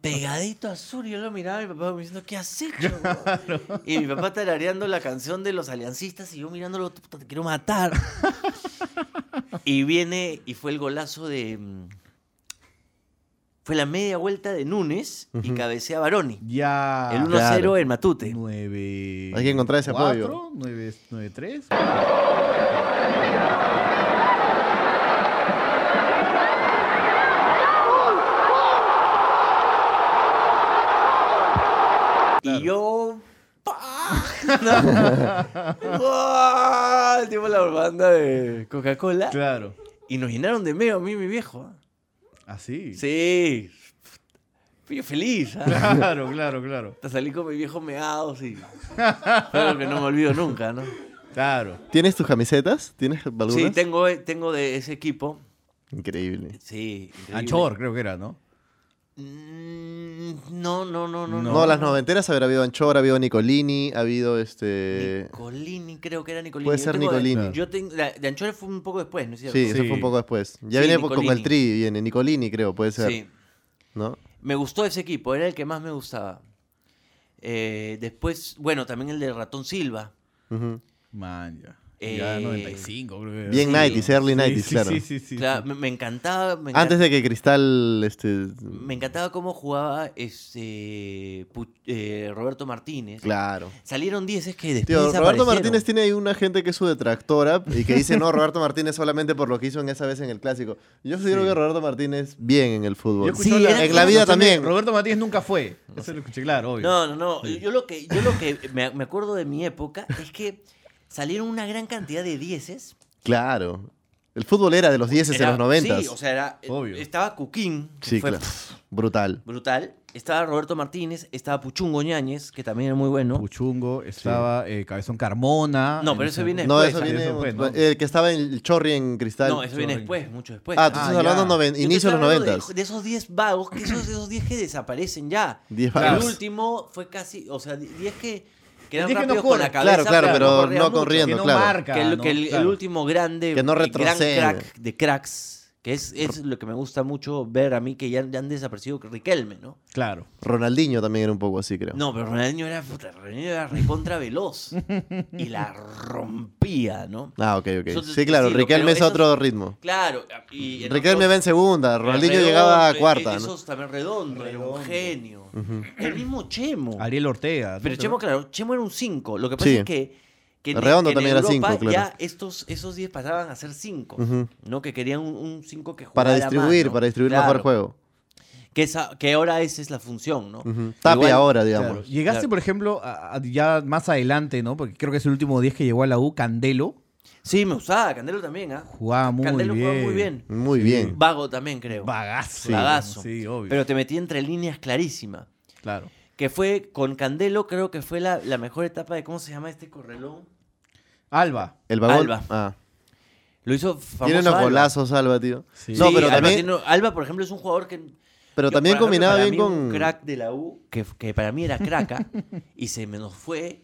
pegadito a Sur, yo lo miraba y mi papá me diciendo, ¿qué has hecho? bro?" Y mi papá tarareando la canción de los aliancistas y yo mirándolo, "Puta, te quiero matar. y viene, y fue el golazo de... mm, Fue la media vuelta de Núñez y cabecea Baroni. Ya. El 1-0 claro. en Matute. 9. Hay que encontrar ese apoyo. 9, 9 3. Y yo. ¡pah! No. ¡Guau! El tipo de la banda de Coca-Cola. Claro. Y nos llenaron de meo a mí y mi viejo. ¿ah? Así. Sí. Fui yo feliz. ¿ah? Claro, claro, claro. Hasta salí con mi viejo meado, sí. Fue algo que no me olvido nunca, ¿no? Claro. ¿Tienes tus camisetas? ¿Tienes algunas? Sí, tengo, tengo de ese equipo. Increíble. Sí. increíble. Anchor, creo que era, ¿no? Mm, No, no, no, no. No, las noventeras habrá habido Anchor, ha habido Nicolini, ha habido este... Eh. Nicolini, creo que era Nicolini. Puede Yo ser tengo de- Nicolini. yo tengo, la- de Anchor fue un poco después, ¿no es cierto? Sí, eso Sí. fue un poco después. Ya Sí, viene po- como el Nicolini. tri, viene Nicolini, creo, puede ser. sí. ¿No? Me gustó ese equipo, era el que más me gustaba. Eh, después, bueno, también el de Ratón Silva. Ujú. Man, ya. Ya, Eh, 95, creo que. Bien Sí. 90s, early Sí, 90s, sí, claro. Sí, sí, sí. claro, me, me encantaba. me Antes encanta- de que Cristal este, Me encantaba cómo jugaba este, Pu- eh, Roberto Martínez. Claro. Salieron 10, es que después Este Tío, Roberto desaparecieron. Martínez tiene ahí una gente que es su detractora y que dice, no, Roberto Martínez solamente por lo que hizo en esa vez en el clásico. Yo considero que Roberto Martínez bien en el Yo fútbol. escuché Sí, era- en la vida escuché, también. Roberto Martínez nunca fue. Eso lo escuché, claro, obvio. No, no, no. Yo lo que, yo lo que me, me acuerdo de mi época es que salieron una gran cantidad de dieces. Claro. El fútbol era de los 10 en Era- los 90. Sí, o sea, era, eh, Obvio. estaba Cuquín. Sí, fue claro. Brutal. brutal. Estaba Roberto Martínez, estaba Puchungo Ñañez, que también era muy bueno. Puchungo, estaba eh, Cabezón Carmona. No, pero eso viene No, Después, eso sí, viene. Eh, eso fue, ¿no? El que estaba en el Chorri en Cristal. no, eso viene Sorry. después, mucho después. Ah, tú estás Ah, hablando ya. noven- Yo te inicio de los estoy hablando 90. De, de esos 10 vagos, que esos, de esos 10 que desaparecen ya. 10 Claro. El último fue casi, o sea, 10 que quedan El 10 que no rápidos con corre. la cabeza. Claro, claro, pero no corrían mucho. corrían. que no claro. marca. Que, el, ¿no? que el- el Claro. último grande, Que no gran retrocede. crack de cracks, que es, es lo que me gusta mucho ver a mí, que ya, ya han desaparecido Riquelme, ¿no? Claro. Ronaldinho también era un poco así, creo. No, pero Ronaldinho era, puta, Ronaldinho era recontra veloz y la rompía, ¿no? Ah, ok, ok. Son de sí, su claro. estilo, Riquelme pero es otro esos- ritmo. Claro. Y en Riquelme otros- va en segunda. Ronaldinho Redondo, llegaba a eh, cuarta. ¿no? Esos también redondo, era un genio. El mismo Chemo. Ariel Ortega. ¿no? Pero Chemo, claro, Chemo era un 5. Lo que pasa Sí. es que, que en, Redondo que en también era Europa cinco, claro. ya estos, esos 10 pasaban a ser 5. Ujú. ¿no? Que querían un 5 que jugara Para distribuir, más, ¿no? para distribuir Claro, mejor juego. Que, esa- que ahora esa es la función, ¿no? Ujú. Tapi Igual- ahora, digamos. Claro. Llegaste, Claro. por ejemplo, a- a- ya más adelante, ¿no? Porque creo que es el último 10 que llegó a la U, Candelo. Sí, me gustaba. Candelo también, ¿ah? Jugaba muy Candelo bien. jugaba muy bien. Muy bien. Vago también, creo. Bagazo. Sí. Bagazo. Sí, obvio. Pero te metí entre líneas clarísima. claro. Que fue con Candelo, creo que fue la, la mejor etapa de cómo se llama este correlón. Alba. El vagón. Alba. Ah. Lo hizo famoso. Tiene unos Alba. golazos, Alba, tío. Sí. No, Sí, pero Alba también, tiene- Alba, por ejemplo, es un jugador que. pero yo, también por ejemplo, combinaba para bien mí con. Un crack de la U, que, que para mí era craca, y se me nos fue,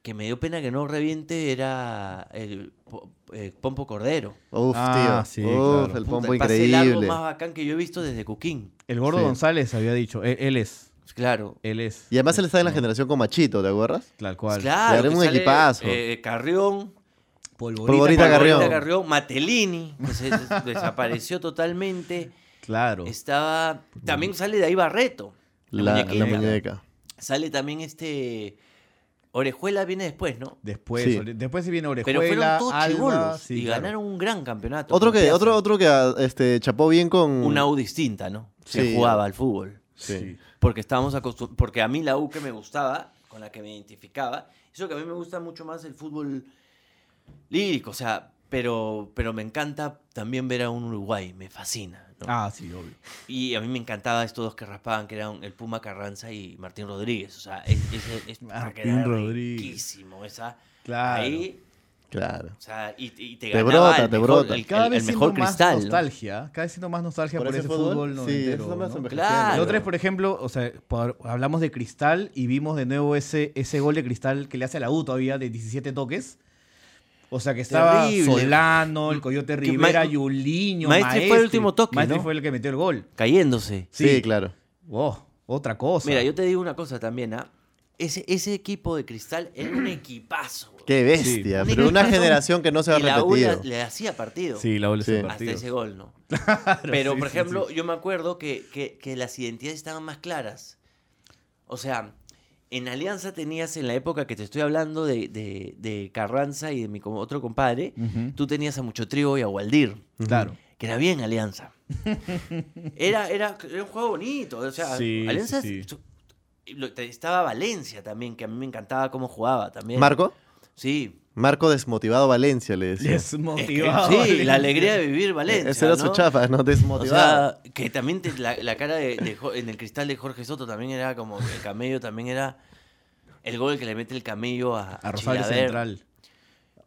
que me dio pena que no reviente, era el po- eh, Pompo Cordero. Uf, Ah, tío. sí, Uf, claro. el Puta, pompo el pase largo increíble. más bacán que yo he visto desde Cuquín. El gordo Sí. González había dicho. e- Él, es. Claro. Él es. Y además él está en la No, generación con Machito, ¿te acuerdas? Tal cual. Claro. Era que un sale, equipazo. eh, Carrión. Polvorita Carrión. Polvorita Carrión, Matelini, que se des- pues, desapareció totalmente. Claro. Estaba. También sale de ahí Barreto. La, La, muñequita. la muñeca. Sale también este. Orejuela viene después, ¿no? Después, Sí. ore- después se viene Orejuela, Pero fueron todos Alba, chibolos sí, y claro. ganaron un gran campeonato. Otro con que, Piazza. otro, otro que ah, este, chapó bien con. Una U distinta, ¿no? Se Sí. jugaba al fútbol. Sí. Porque estábamos acostumbrados. Porque a mí la U que me gustaba, con la que me identificaba, eso que a mí me gusta mucho más el fútbol lírico, o sea, pero, pero me encanta también ver a un Uruguay, me fascina. ¿no? Ah, sí, obvio. Y a mí me encantaba estos dos que raspaban, que eran el Puma Carranza y Martín Rodríguez. O sea, es, es- es- Martín que era Rodríguez. riquísimo, esa. Claro. Ahí, Claro. o sea, y, y te Te ganaba brota, el te mejor, brota. el- Cada el- vez el siendo mejor más cristal. ¿no? nostalgia, cada vez siendo más nostalgia por, ese fútbol, sí, noventero, eso no me hace ¿no? envejecer, Claro. La otra es, por ejemplo, o sea, por- hablamos de Cristal y vimos de nuevo ese, ese gol de Cristal que le hace a la U todavía de 17 toques. O sea, que estaba Terrible. Mm. Solano, el Coyote Que Rivera, Ma- Yuliño, Maestri fue el último toque, Maestri ¿no? fue el que metió el gol. Cayéndose. Sí, Sí. claro. Oh, otra cosa. Mira, yo te digo una cosa también, ¿ah? Ese, ese equipo de cristal era un equipazo. güey. Qué bestia. Un Pero una equipazo. generación que no se ha y la U repetido. le, le hacía partido. Sí, la U le Sí. hizo Hasta partido. ese gol, ¿no? Pero, sí, por sí, ejemplo, yo me acuerdo que, que- que las identidades estaban más claras. O sea, en Alianza tenías, en la época que te estoy hablando de, de- de Carranza y de mi co- otro compadre, Ujú. tú tenías a Mucho Trigo y a Waldir, Claro. que era bien Alianza. Era, era, era un juego bonito. O sea, Sí, Alianza sí, es- lo- te- estaba Valencia también, que a mí me encantaba cómo jugaba también. Marco. Sí. Eh, Marco desmotivado Valencia, le decía. Desmotivado. sí, la alegría de vivir Valencia. Esa era su ¿no? chapa, ¿no? O Desmotivado. sea, que también te- la, la cara de, de Jo- en el cristal de Jorge Soto también era como el camello también era el gol que le mete el camello a, A Rosario Chilaver Central.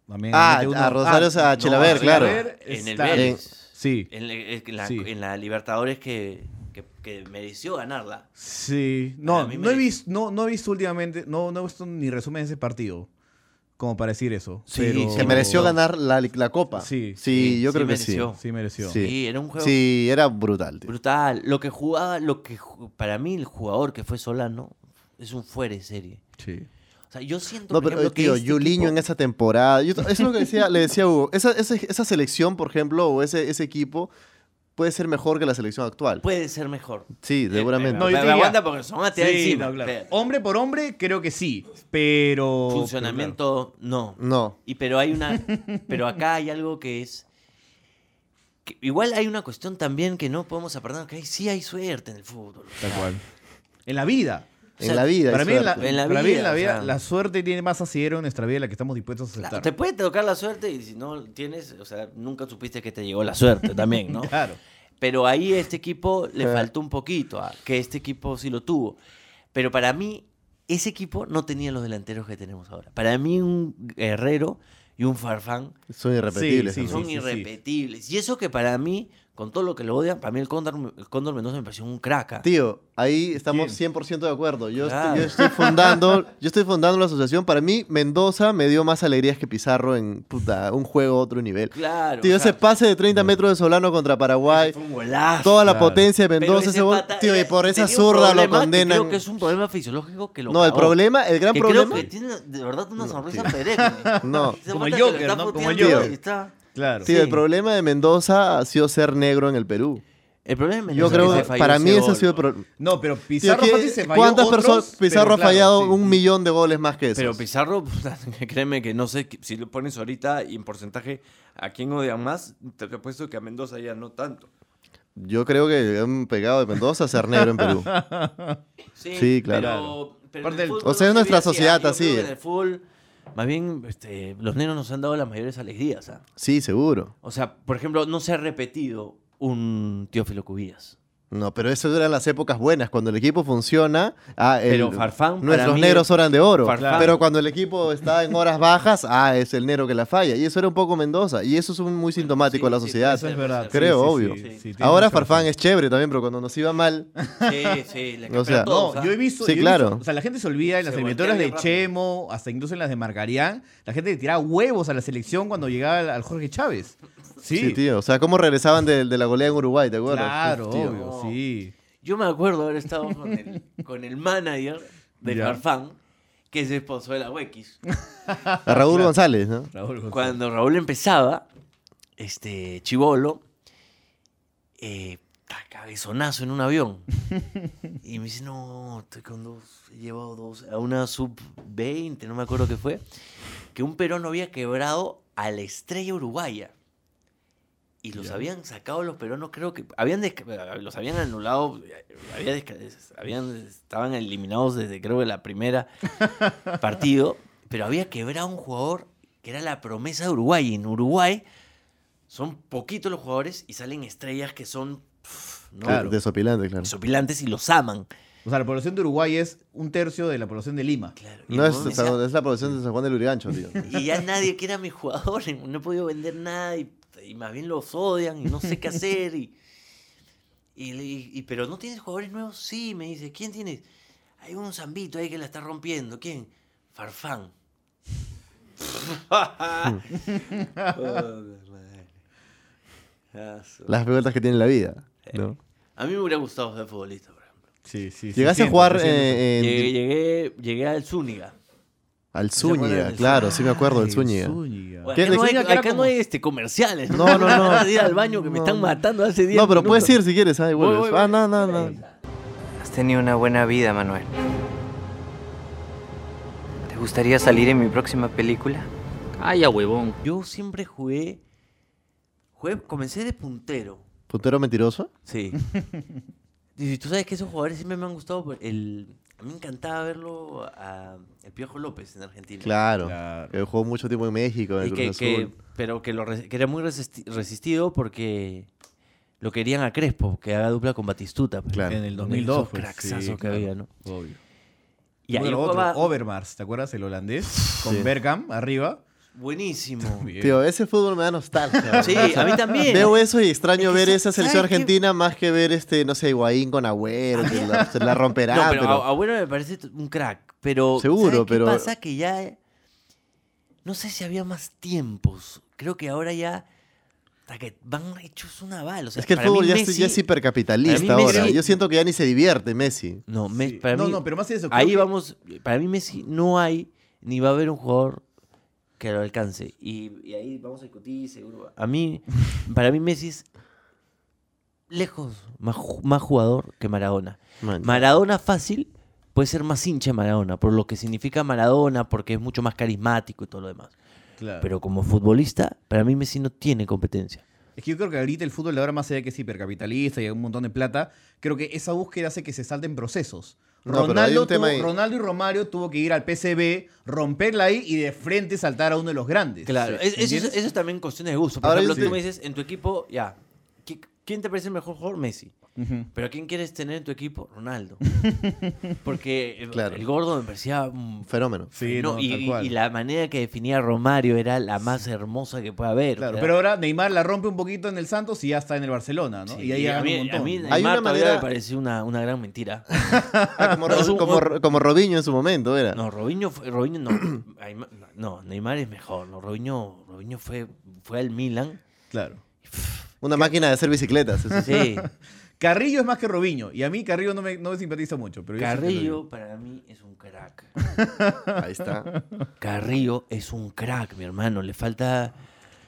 También Ah, mete uno- a Rosario, a Chilaver, claro. en el Eh, está- Vélez. Sí. En, el- en la, Sí. en la Libertadores que, que- que mereció ganarla. Sí, Para no, mí no he, merece. visto, no, no he visto últimamente, no, no he visto ni resumen de ese partido, como para decir eso. Sí, pero- que mereció no. ganar la, la copa. Sí, Sí, yo sí creo que mereció. Sí, mereció. Sí. Sí, era un sí. juego Sí, era brutal, tío. brutal. Lo que jugaba, lo que ju- para mí el jugador que fue Solano es un fuere serie. Sí. O sea, yo siento No, por pero eh, ejemplo, que tío, este Juliño equipo- en esa temporada. yo- eso es lo que decía, le decía a Hugo. Esa, esa, esa selección, por ejemplo, o ese, ese equipo puede ser mejor que la selección actual. puede ser mejor. Sí, seguramente. No, yo te Me- me diría- aguanta porque son a tirar Sí, encima. no, claro. Oh, Pero Hombre por hombre, creo que sí. Pero. Funcionamiento, no. No. Y pero hay una. pero acá hay algo que es. que igual hay una cuestión también que no podemos apartarnos, que hay- sí hay suerte en el fútbol. Pero, claro, tal cual. En la vida. En sea, la vida. Para es mí, en la, suerte. En la para mí en vida, la o vida, sea. la suerte tiene más asidero en nuestra vida de la que estamos dispuestos a La- aceptar. te puede tocar la suerte y si no tienes, o sea, nunca supiste que te llegó la suerte también, ¿no? Claro. Pero ahí este equipo Eh. le faltó un poquito, ah, que este equipo sí lo tuvo. Pero para mí, ese equipo no tenía los delanteros que tenemos ahora. Para mí, un Guerrero y un Farfán Son irrepetibles. Sí, sí, ¿no? son irrepetibles. Y eso que para mí, con todo lo que lo odian, para mí el Cóndor, el Cóndor Mendoza me pareció un ah. craca. Tío, ahí estamos 100% de acuerdo. Yo, Claro. estoy, yo estoy fundando, yo estoy fundando la asociación. Para mí, Mendoza me dio más alegrías que Pizarro en puta, un juego a otro nivel. Claro. Tío, o sea, ese pase de 30 metros de Solano contra Paraguay, fue un golazo. toda la Claro. potencia de Pero Mendoza, ese ese gol, pata tío, y era- por esa tenía un zurda lo problema que condenan. Creo que es un problema fisiológico que lo No, el cagó. problema, el gran que problema. Creo que tiene de verdad una sonrisa perenne. No. Ese Como el pata que lo Joker, está ¿no? Como puteando el y Joker. está- Claro. Tío, Sí. el problema de Mendoza ha sido ser negro en el Perú. El problema es Yo creo, que se falló para mí ese ese ha gol, sido el ¿no? problema. No, pero Tío, Pizarro ¿qué- fácil se falló ¿Cuántas otros, personas pero Pizarro ha claro, fallado sí. un millón de goles más que eso? Pero Pizarro, puta, créeme que no sé que- si lo pones ahorita y en porcentaje a quién odian más, te te apuesto que a Mendoza ya no tanto. Yo creo que un pecado de Mendoza ser negro en Perú. Sí, Sí, claro. claro. Pero, Parte del- o sea, es nuestra sociedad así. En el fútbol, más bien, este, los negros nos han dado las mayores alegrías. ¿ah? Sí, seguro. O sea, por ejemplo, no se ha repetido un Teófilo Cubillas. No, pero eso eran las épocas buenas. Cuando el equipo funciona, ah, el- Pero Farfán, para nuestros mí, negros oran de oro. Farfán. Pero cuando el equipo está en horas bajas, ah, es el negro que la falla. Y eso era un poco Mendoza. Y eso es un- muy sintomático sí, de la sí, sociedad. Eso es verdad. sí, Creo, sí, obvio. sí, sí, tienes Ahora razón. Farfán es chévere también, pero cuando nos iba mal, Sí, sí, le O sea, cambiaron todo, o sea, ¿ah? No, yo he visto. Sí, yo he claro. visto- o sea, la gente se olvida en las Se servidoras de voltean bien Chemo, hasta incluso en las de Margarián. La gente le tiraba huevos a la selección cuando llegaba al, al Jorge Chávez. Sí, sí. tío. O sea, cómo regresaban de, de la goleada en Uruguay, ¿te acuerdas? claro, Uf, tío. obvio, sí. Yo me acuerdo haber estado con el, con el manager de Ya. Farfán, que es esposo de la Wekis. A Raúl González, ¿no? Raúl González. Cuando Raúl empezaba, este chivolo, eh, cabezonazo en un avión. Y me dice, no, estoy con dos, he llevado dos, a una sub-20, no me acuerdo qué fue, que un peruano había quebrado a la estrella uruguaya. Y los habían sacado los peruanos, creo que habían desca- eh, los habían anulado, eh, había desca- habían, estaban eliminados desde creo que la primera partido, pero había quebrado un jugador que era la promesa de Uruguay. Y en Uruguay son poquitos los jugadores y salen estrellas que son pf, ¿no? Claro. Desopilante, claro. desopilantes y los aman. O sea, la población de Uruguay es un tercio de la población de Lima. Claro, y No el es, huevón San- decía, es la producción de San Juan del Urigancho, tío. y ya nadie quiere a mis jugadores, no he podido vender nada y, y más bien los odian y no sé qué hacer. Y, y, le- y- y- pero no tienes jugadores nuevos, sí, me dice, ¿quién tienes? Hay un zambito ahí que la está rompiendo, ¿quién? Farfán. Joder, madre. Ah, su- Las vueltas que tiene la vida. ¿no? A mí me hubiera gustado ser futbolista, por ejemplo. Sí, sí. Llegaste a jugar eh, en- Llegué, llegué, llegué al Zúñiga. al acuerdan Zúñiga, del claro, sí me acuerdo del Zúñiga. Bueno, ¿Qué? acá no hay, Zúñiga que era acá no como- hay, este, comerciales. No, no, no. Voy a ir al baño que me están matando hace 10 No, pero puedes ir minutos. si quieres, ah, igual. Voy, voy, Ah, no, no, no. Has tenido una buena vida, Manuel. ¿Te gustaría salir en mi próxima película? Calla, huevón. Yo siempre jugué, jugué- Comencé de puntero. ¿Puntero mentiroso? Sí. y si tú sabes que esos jugadores siempre me han gustado. por El, a mí me encantaba verlo a el Piojo López en Argentina. Claro. Claro. Que jugó mucho tiempo en México, en el Y que, Cruz que- Azul. pero que, lo res- que era muy resisti- resistido porque lo querían a Crespo, que haga dupla con Batistuta. pues. Claro. En el Esos 2002. pues, cracksazos sí, que claro, había, ¿no? Obvio. Y ahí Bueno, otro, jugaba Overmars, ¿te acuerdas? El holandés. Con Bergkamp arriba. buenísimo. Bien. Tío, ese fútbol me da nostalgia. Sí, ¿verdad? a mí también. Veo eso y extraño Es que ver sa- esa selección ¿sabes qué? argentina más que ver este, no sé, Higuaín con Agüero, que la, se la romperá, no, pero, pero, a- Agüero me parece t- un crack, pero Seguro, ¿sabes qué pero- pasa que ya eh, no sé si había más tiempos. Creo que ahora ya hasta que van hechos una bala, o sea, es que el para fútbol mí ya, es- Messi- ya es hipercapitalista para mí ahora. Messi- Yo siento que ya ni se divierte Messi. No, me- Sí. para no, mí no, pero más de eso. creo ahí que- vamos, para mí Messi no hay ni va a haber un jugador que lo alcance. Y, y ahí vamos a discutir, seguro. A mí, para mí Messi es lejos más, ju- más jugador que Maradona. Man. Maradona fácil puede ser más hincha de Maradona, por lo que significa Maradona, porque es mucho más carismático y todo lo demás. Claro. Pero como futbolista, para mí Messi no tiene competencia. Es que yo creo que ahorita el fútbol de ahora más allá de que es hipercapitalista y hay un montón de plata, creo que esa búsqueda hace que se salten procesos. No, pero hay Ronaldo, un tema tuvo- ahí. Ronaldo y Romario tuvo que ir al PCB, romperla ahí y de frente saltar a uno de los grandes. Claro, es- eso, es- ¿Entiendes? eso es también cuestión de gusto. Por Ahora yo ejemplo, tú sí. me dices, en tu equipo, ya, ¿qui- ¿quién te parece el mejor jugador? Messi. Ujú. ¿Pero quién quieres tener en tu equipo? Ronaldo. Porque el, Claro. el gordo me parecía... un Fenómeno. Sí, fenó- no, y, tal y- cual. y la manera que definía Romario era la más hermosa que puede haber. Claro, o sea, pero ahora Neymar la rompe un poquito en el Santos y ya está en el Barcelona, ¿no? sí, y ahí a gana mí, un montón. a mí Hay Neymar una todavía manera- me pareció una, una gran mentira. Ah, como, Ro- No, es un- como, Ro- como Robinho en su momento era. No, Robinho, fue- Robinho no, Aymar- no, Neymar es mejor. No, Robinho, Robinho fue, fue al Milan. Claro. Una máquina de hacer bicicletas. eso sí. Sí. Carrillo es más que Robinho. Y a mí Carrillo no me, no me simpatiza mucho. Pero yo sé que Robinho. Carrillo para mí es un crack. Ahí está. Carrillo es un crack, mi hermano. Le falta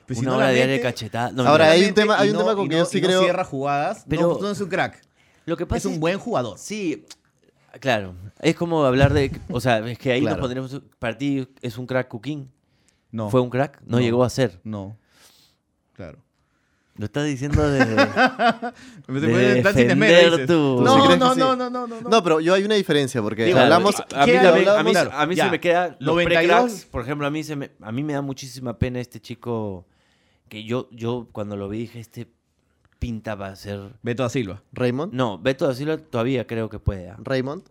Pues si una no hora la diaria de mete- cachetada. No, Ahora, mira, hay un tema- hay Y un no- tema con y que no- yo sí y no creo- cierra jugadas. Pero- no, no es un crack. lo que pasa Es un buen jugador. Sí, claro. Es como hablar de... O sea, es que ahí Claro. nos pondremos... Para ti es un crack Cuquín. No. ¿Fue un crack? No, No. llegó a ser. No. Claro. Lo estás diciendo de... Me de Pues puede dar sin defender esmero, dices. tu- ¿Tú sí No, crees no, que no, sí? no, no, no, no. No, pero yo hay una diferencia porque Claro, hablamos. es- A mí, ¿Qué también- hablamos? a mí, Claro, a mí ya. se me queda los 92. pre-cracks. Por ejemplo, a mí, se me, a mí me da muchísima pena este chico que yo, yo cuando lo vi dije, este pinta va a ser... Beto da Silva. Raymond. No, Beto da Silva todavía creo que puede. ah. Raymond.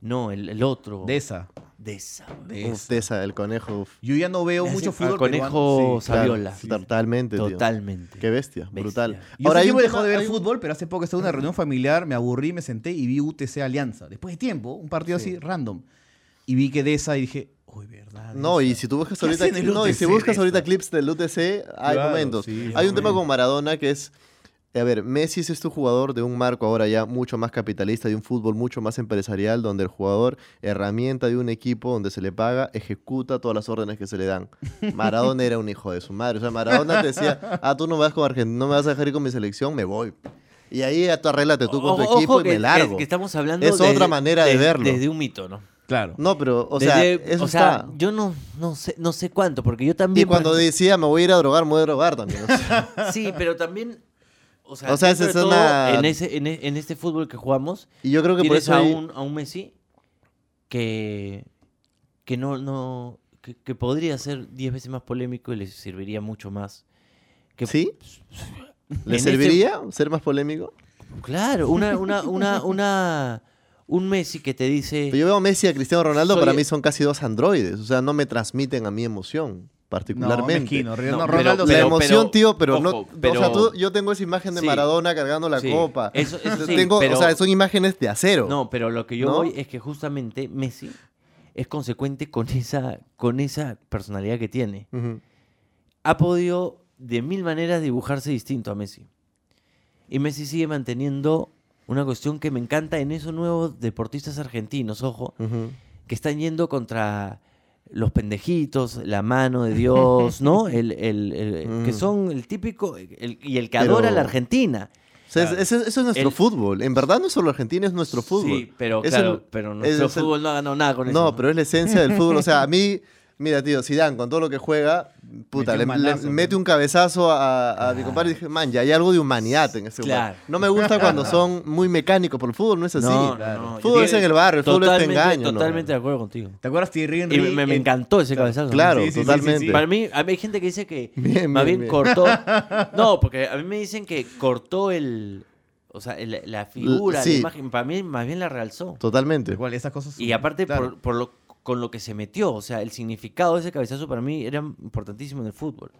No, el, el otro. De esa. De esa. De Uf, de esa, el conejo. uf. Yo ya no veo Me mucho hace- al fútbol conejo peruano. Sí. sa- Saviola. Claro, Totalmente, tío. Totalmente. Qué bestia, Bestia. brutal. Yo Ahora Ahora hay un dejó tema- de ver hay un- fútbol, pero hace poco estaba en una reunión familiar, me aburrí, me senté y vi UTC Alianza. Después de tiempo, un partido así, random. Y vi que de esa y dije, uy, verdad. de No, y esa". si tú buscas Ah, ¿Qué ahorita, hacen en el no, y si UTC buscas de ahorita esto? clips del UTC, hay Claro, momentos. sí, hay un tema obviamente. con Maradona que es, a ver, Messi es este jugador de un marco ahora ya mucho más capitalista, de un fútbol mucho más empresarial, donde el jugador, herramienta de un equipo donde se le paga, ejecuta todas las órdenes que se le dan. Maradona era un hijo de su madre. O sea, Maradona te decía, ah, tú no vas con Argentina, no me vas a dejar ir con mi selección, me voy. Y ahí ya tú arréglate tú con tu Ojo, ojo equipo y que- me largo. que- que estamos hablando Es otra manera de verlo. Desde un mito, ¿no? Claro. No, pero, o sea, Desde- eso o sea, está. yo no, no, sé, no sé cuánto, porque yo Y también... por cuando ejemplo- decía, me voy a ir a drogar, me voy a drogar también. o sea. Sí, pero también... O sea, O sea, esa dentro de es todo, una- en, ese, en, e- en este fútbol que jugamos, Y yo creo que por tienes eso a hay- un, a un Messi que, que no, no que, que podría ser 10 veces más polémico y le serviría mucho más. Que, ¿Sí? ¿Le en este serviría ser más polémico? Claro, una, una, una, una, un Messi que te dice... Pero yo veo a Messi y a Cristiano Ronaldo, Soy- para mí son casi dos androides. O sea, no me transmiten a mi emoción, particularmente. mezquino, Ronaldo- No, pero- Ronaldo La se- pero- emoción, tío, pero no. ojo, O pero- sea, tú- yo tengo esa imagen de Sí. Maradona cargando la Sí. copa. Eso- eso sí, tengo, pero- O sea, son imágenes de acero. No, pero lo que yo ¿No? voy es que justamente Messi es consecuente con esa, con esa personalidad que tiene. Ujú. Ha podido de mil maneras dibujarse distinto a Messi. Y Messi sigue manteniendo una cuestión que me encanta en esos nuevos deportistas argentinos, ojo, Ujú. que están yendo contra los pendejitos, la mano de Dios, ¿no? El, el- el- Que Mm. son el típico el- y el que Pero- adora a la Argentina. O sea, es- ese- eso es nuestro El- fútbol. En verdad no es solo Argentina, es nuestro fútbol. Sí, pero Es claro, el- pero es nuestro el- fútbol no ha ganado nada con eso. No, pero es la esencia del fútbol. O sea, a mí, mira, tío, Zidane, con todo lo que juega, puta, Metió le, un le manazo, mete ¿no? Ah. un cabezazo a, a mi Claro. compadre y dije, man, ya hay algo de humanidad en ese Claro. lugar. No me gusta cuando son muy mecánicos, por el fútbol no es así. No, claro. no, no, yo fútbol digo- es en el barrio, el fútbol es de Totalmente, engaño. ¿no? totalmente de acuerdo contigo. ¿Te acuerdas Thierry Henry? Y me, me en- encantó ese cabezazo. Claro, Sí, sí, sí, sí, totalmente. sí. Para mí, a mí hay gente que dice que Bien, más bien, bien, bien. cortó. No, porque a mí me dicen que cortó el. O sea, el- la figura, sí. la imagen. Para mí, más bien la realzó. Totalmente. Igual, esas cosas. Y aparte, Claro. por, por lo, con lo que se metió. O sea, el significado de ese cabezazo para mí era importantísimo en el fútbol.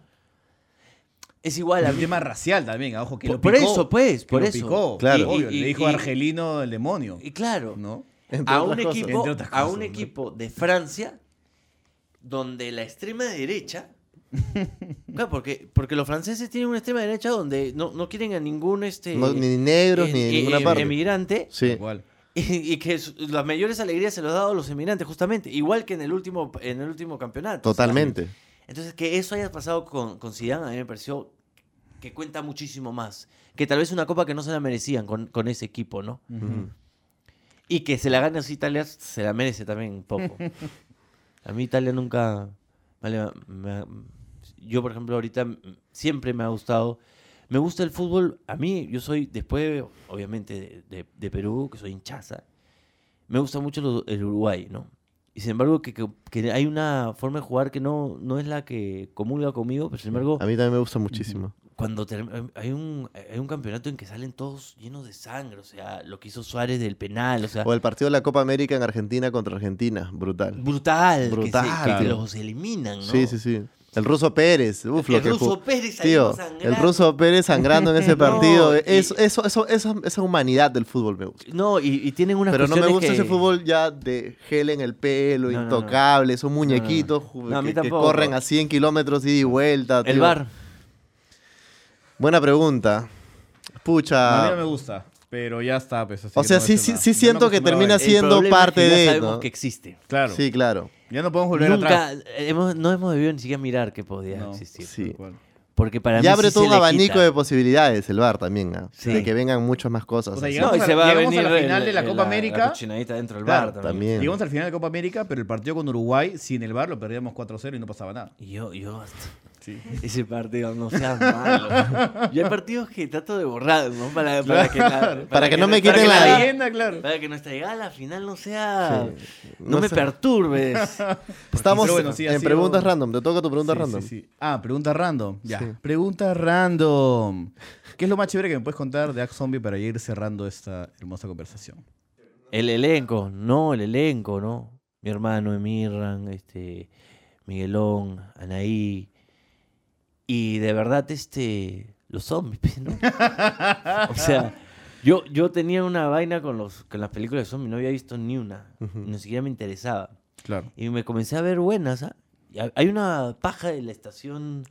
Es igual a El mí. tema racial también, a ojo, que Por- lo por picó, eso, pues, que por lo eso. picó, Claro. obvio, Y- y- le dijo y- argelino el demonio, Y claro. ¿no? Entre a otras un, cosas. equipo, Entre otras a un cosas, ¿no? equipo de Francia donde la extrema derecha. Claro, porque, porque los franceses tienen una extrema derecha donde no, no quieren a ningún este No, ni negros, eh, ni de eh, ninguna eh, parte. emigrante Sí. Igual. Y, y que su- las mayores alegrías se los ha dado a los emigrantes, justamente. Igual que en el último, en el último campeonato. Totalmente. Entonces, que eso haya pasado con, con Zidane a mí me pareció que cuenta muchísimo más. Que tal vez una copa que no se la merecían con, con ese equipo, ¿no? Ujú. Y que se la gane así Italia, se la merece también un poco. a mí Italia nunca... vale, me ha- yo, por ejemplo, ahorita mm, siempre me ha gustado... Me gusta el fútbol. A mí, yo soy, después, obviamente, de, de- de Perú, que soy hinchaza, me gusta mucho lo- el Uruguay, ¿no? Y sin embargo, que, que- que hay una forma de jugar que no, no es la que comulga conmigo, pero sin embargo, Mm, A mí también me gusta muchísimo. cuando term- em, hay un, hay un campeonato en que salen todos llenos de sangre, o sea, lo que hizo Suárez del penal, o sea, O el partido de la Copa América en Argentina contra Argentina. Brutal. brutal, que se- Que, Brutal. los eliminan, ¿no? Sí, sí, sí. El ruso Pérez. Uf, lo el que ruso jugó. Pérez salió Tío, el sangrando. ruso Pérez sangrando en ese partido. No, y- eso, eso, eso, esa- esa humanidad del fútbol me gusta. No, y, y tienen unas Pero no me cuestiones gusta que- ese fútbol ya de gel en el pelo, No, no, no. intocable, esos muñequitos ju- No, a mí que- que, tampoco. corren a 100 kilómetros ida y vuelta. El tío. bar. Buena pregunta. A mí Pucha. no me gusta, pero ya está. Pues, así Ah. O que sea, no voy a sí, hacer sí, nada. sí Ya me siento que acostumbraba termina a eso. siendo problema es parte que ya de. sabemos ¿no? que existe. Claro. Sí, claro. Ya no podemos volver atrás. Nunca hemos- no hemos debido ni siquiera mirar que podía No. existir. Sí. Tal cual. Porque para mí Y abre sí todo se un le abanico quita. de posibilidades el bar también, ¿ah? Sí. de que vengan muchas más cosas. O sea, así. llegamos No, y a- se va a llegamos a la venir final de la Copa América. cochinadita dentro del Claro, bar también. también. Llegamos al final de la Copa América, pero el partido con Uruguay, sin el bar, lo perdíamos 4-0 y no pasaba nada. Y Yo, yo, hasta- Sí. ese partido no sea malo. Yo hay partidos que trato de borrar, ¿no? Para, para que, la- Para que no me para quiten que la- leyenda, claro. Para que nuestra llegada a la final no sea. Sí. No, No me sé. perturbes. Estamos Pero bueno, sí, ha en sido- preguntas random. Te toca tu pregunta Sí, random. sí, sí. Ah, pregunta random. Ya. Sí. Pregunta random. ¿Qué es lo más chévere que me puedes contar de Axe Zombie para ir cerrando esta hermosa conversación? El elenco, no, el elenco, ¿no? Mi hermano Emirran, este, Miguelón, Anaí. Y de verdad, este, los zombies, pues, ¿no? o sea, yo, yo tenía una vaina con, los, con las películas de zombies, no había visto ni una, Ujú. ni siquiera me interesaba. Claro. Y me comencé a ver buenas, ¿ah? Y ha- Hay una paja de la estación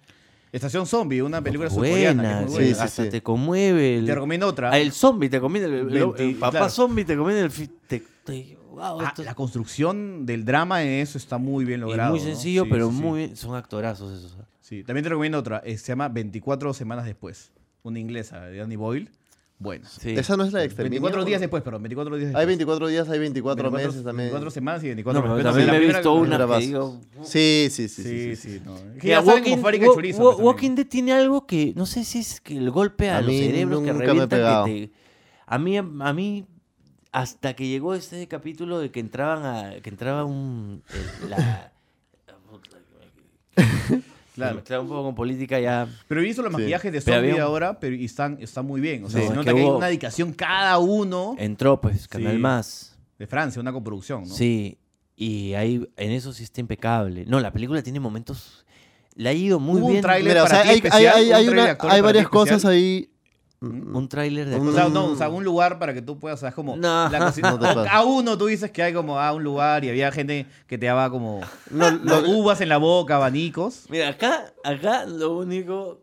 Estación Zombie, una película surcoreana. que es buena, muy sí, buena. sí, hasta sí. te conmueve. el- Te recomiendo otra. Ah, el zombie te comienza el, el- el Veinti- papá claro. zombie te comienza el fi- te- te- wow, Ah, esto es- la construcción del drama en eso está muy bien y logrado. muy ¿no? sencillo, Sí, pero sí, sí. muy bien. son actorazos esos. ¿ah? Sí, también te recomiendo otra. eh, se llama 24 semanas después. Una inglesa de Danny Boyle. Buena. Sí. Esa no es la de exterminio. 24 días después, perdón. 24 días después. Hay 24 días, hay 24, meses también. 24 semanas y No, 24 pero meses. también La me he primera- visto primera una que base. digo. Sí, sí, sí. Sí, sí, sí, sí, no. Es que Mira, ya salen Walking, como fábrica de Wa- chorizo, Wa- pues, también. Walking Dead tiene algo que no sé si es que el golpe a, A los mí cerebros que nunca me ha revientan pegado. que te- a mí a mí hasta que llegó ese capítulo de que entraban a que entraba un el- la- Claro. Me mezclaba un poco con política ya Pero he visto los Sí. maquillajes de Pero había zombie un- ahora pero, y están, están muy bien. O sea, No, se es nota que que, hay hubo- una dedicación cada uno entró pues Canal Sí. Más. de Francia, una coproducción, ¿no? Sí, y ahí en eso sí está impecable. No, la película tiene momentos la ha ido muy Hubo un bien. tráiler Mira, o para sea, ti hay, especial, hay- un hay trailer una- actor para hay ti varias especial. cosas ahí. un tráiler de O sea, Mm. no, o sea, un lugar para que tú puedas, o sea, es como No. la cocina. No te O pasa. a uno tú dices que hay como ah, un lugar y había gente que te daba como No, las lo- uvas en la boca, abanicos. Mira, acá, acá lo único.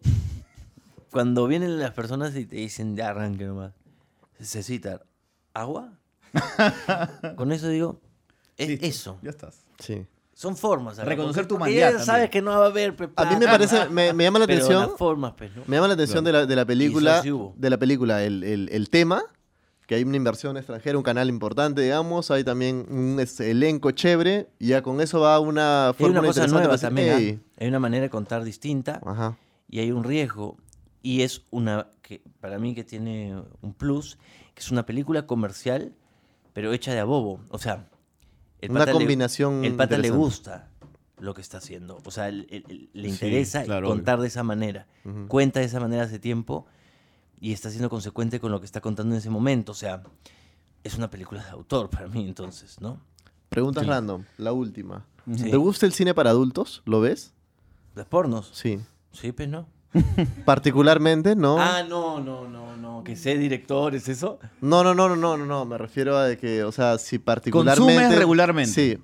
Cuando vienen las personas y te dicen de arranque nomás, necesitas agua. Con eso digo, es Listo, Eh, eso. Ya estás. sí. Son formas. ¿sabes? Reconocer tu Porque humanidad Ya sabes también. que no va a haber. pe, A mí me Ah, plata, parece, nada. me, me llama la Pero atención. las formas, pues, ¿no? Me llama la atención de, la, de la Y película. eso sí hubo. de la película, el, el- el tema, que hay una inversión extranjera, un canal importante, digamos, hay también un es- elenco chévere, y ya con eso va una Hay fórmula una cosa interesante nueva para decir, también. ¿ah? "Ey". Hay una manera de contar distinta. ¿ah? Ajá. y hay un riesgo. Y es una, que para mí que tiene un plus, que es una película comercial, pero hecha de a bobo. O sea, Una pata le- combinación el pata le interesante. gusta lo que está haciendo. O sea, el- el- el- le Sí, interesa claro, contar de esa manera. Cuenta de esa manera hace tiempo y está siendo consecuente con lo que está contando en ese momento. O sea, es una película de autor para mí entonces, ¿no? Preguntas random, la última. Sí. ¿Te gusta el cine para adultos? ¿Lo ves? Las pornos. Sí. Sí, pues no. Particularmente, no. Ah, no, no, no, no. Que sé directores, eso. No, no, no, no, no, no, no, me refiero a de que, o sea, si particularmente... Consumes regularmente. Sí,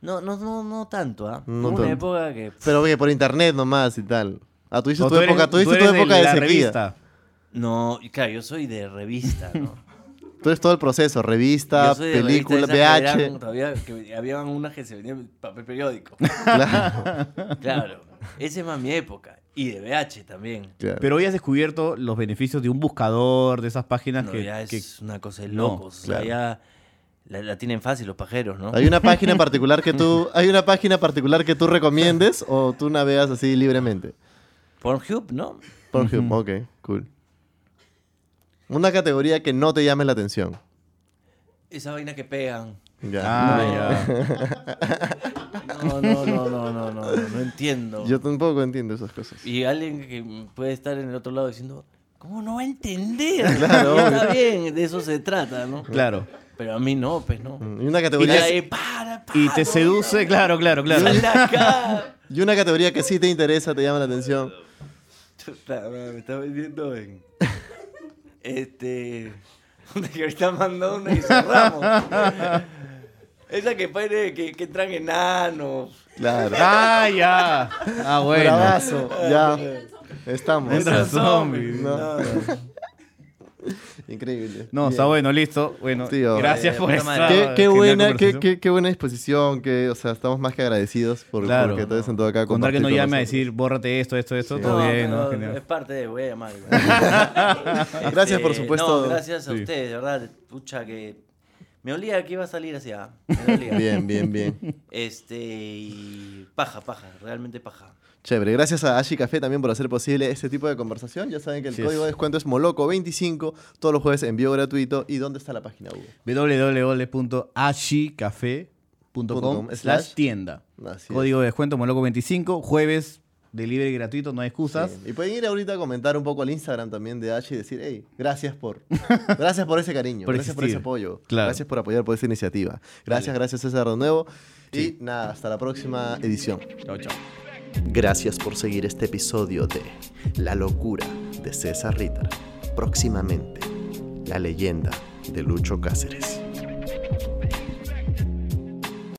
No, no, no, no tanto, ¿ah? No Hubo una tanto. época que. pff, pero oye, por internet nomás y tal. Ah, tú dices No, tu tú eres- época, tú tú dices tu eres de época de, la sequía. revista. No, y claro, yo soy de revista, ¿no? Tú Tú eres todo el proceso, revista, Yo soy de película, revista de esas que eran VH. Todavía que había unas que se vendían en papel periódico. Claro, Claro. Esa es más mi época. Y de VH también. claro. Pero hoy has descubierto los beneficios de un buscador, de esas páginas No, que, ya es que- una cosa de No, locos. o sea, claro. ya la, la tienen fácil los pajeros, ¿no? ¿Hay una página en particular que tú, hay una página particular que tú recomiendes o tú navegas así libremente? Pornhub, ¿no? Pornhub, ok, cool. Una categoría que no te llame la atención. Esa vaina que pegan. Ya. Ah, ya. No, no, no, no, no, no, no, no entiendo. Yo tampoco entiendo esas cosas. Y alguien que puede estar en el otro lado diciendo, ¿cómo no va a entender? Claro, Y Está bien, de eso se trata, ¿no? Claro. Pero a mí no, pues no. Mm. Y una Y categoría, la de, para, para. Y te seduce, claro, claro, claro. sal de acá. y una categoría que sí te interesa, te llama la atención. Chuta, madre, me está vendiendo en. Este. Una que ahorita mandó una y cerramos. Esa que pare que, que entran enanos. Claro. Ah, ya. Ah, bueno. Bravazo, ya. Estamos. Entra zombie. No. Increíble. No, Bien. está bueno, listo. Bueno, Tío. gracias Eh, por puta esta madre. Qué, qué genial buena, qué, conversación. qué- qué buena disposición, que, o sea, estamos más que agradecidos por, Claro. porque todo todo acá. Contar que no compartir con llame a nosotros. decir, bórrate esto, esto, esto, todo No, bien, no, ¿no? no, Genial. es parte de, voy a llamar. Gracias, por Este, supuesto. No, gracias a Sí. ustedes, de verdad. Pucha, que. Me olía que iba a salir así. ah, Me olía. Bien, bien, bien. Este. Y. Paja, paja, realmente paja. Chévere. Gracias a Ashi Café también por hacer posible este tipo de conversación. Ya saben que el Así código es. de descuento es Moloco25, todos los jueves envío gratuito. ¿Y dónde está la página web? www.ashicafe.com slash tienda. Así es. Código de descuento Moloco25, jueves, delivery gratuito, no hay excusas. Sí. Y pueden ir ahorita a comentar un poco al Instagram también de Ashi y decir, hey, gracias por, gracias por ese cariño, Por gracias por ese existir. apoyo, Claro. gracias por apoyar por esa iniciativa. Gracias, gracias César de nuevo. Y nada, hasta la próxima edición. Chao, chao. Gracias por seguir este episodio de La locura de César Ritter. Próximamente, la leyenda de Lucho Cáceres.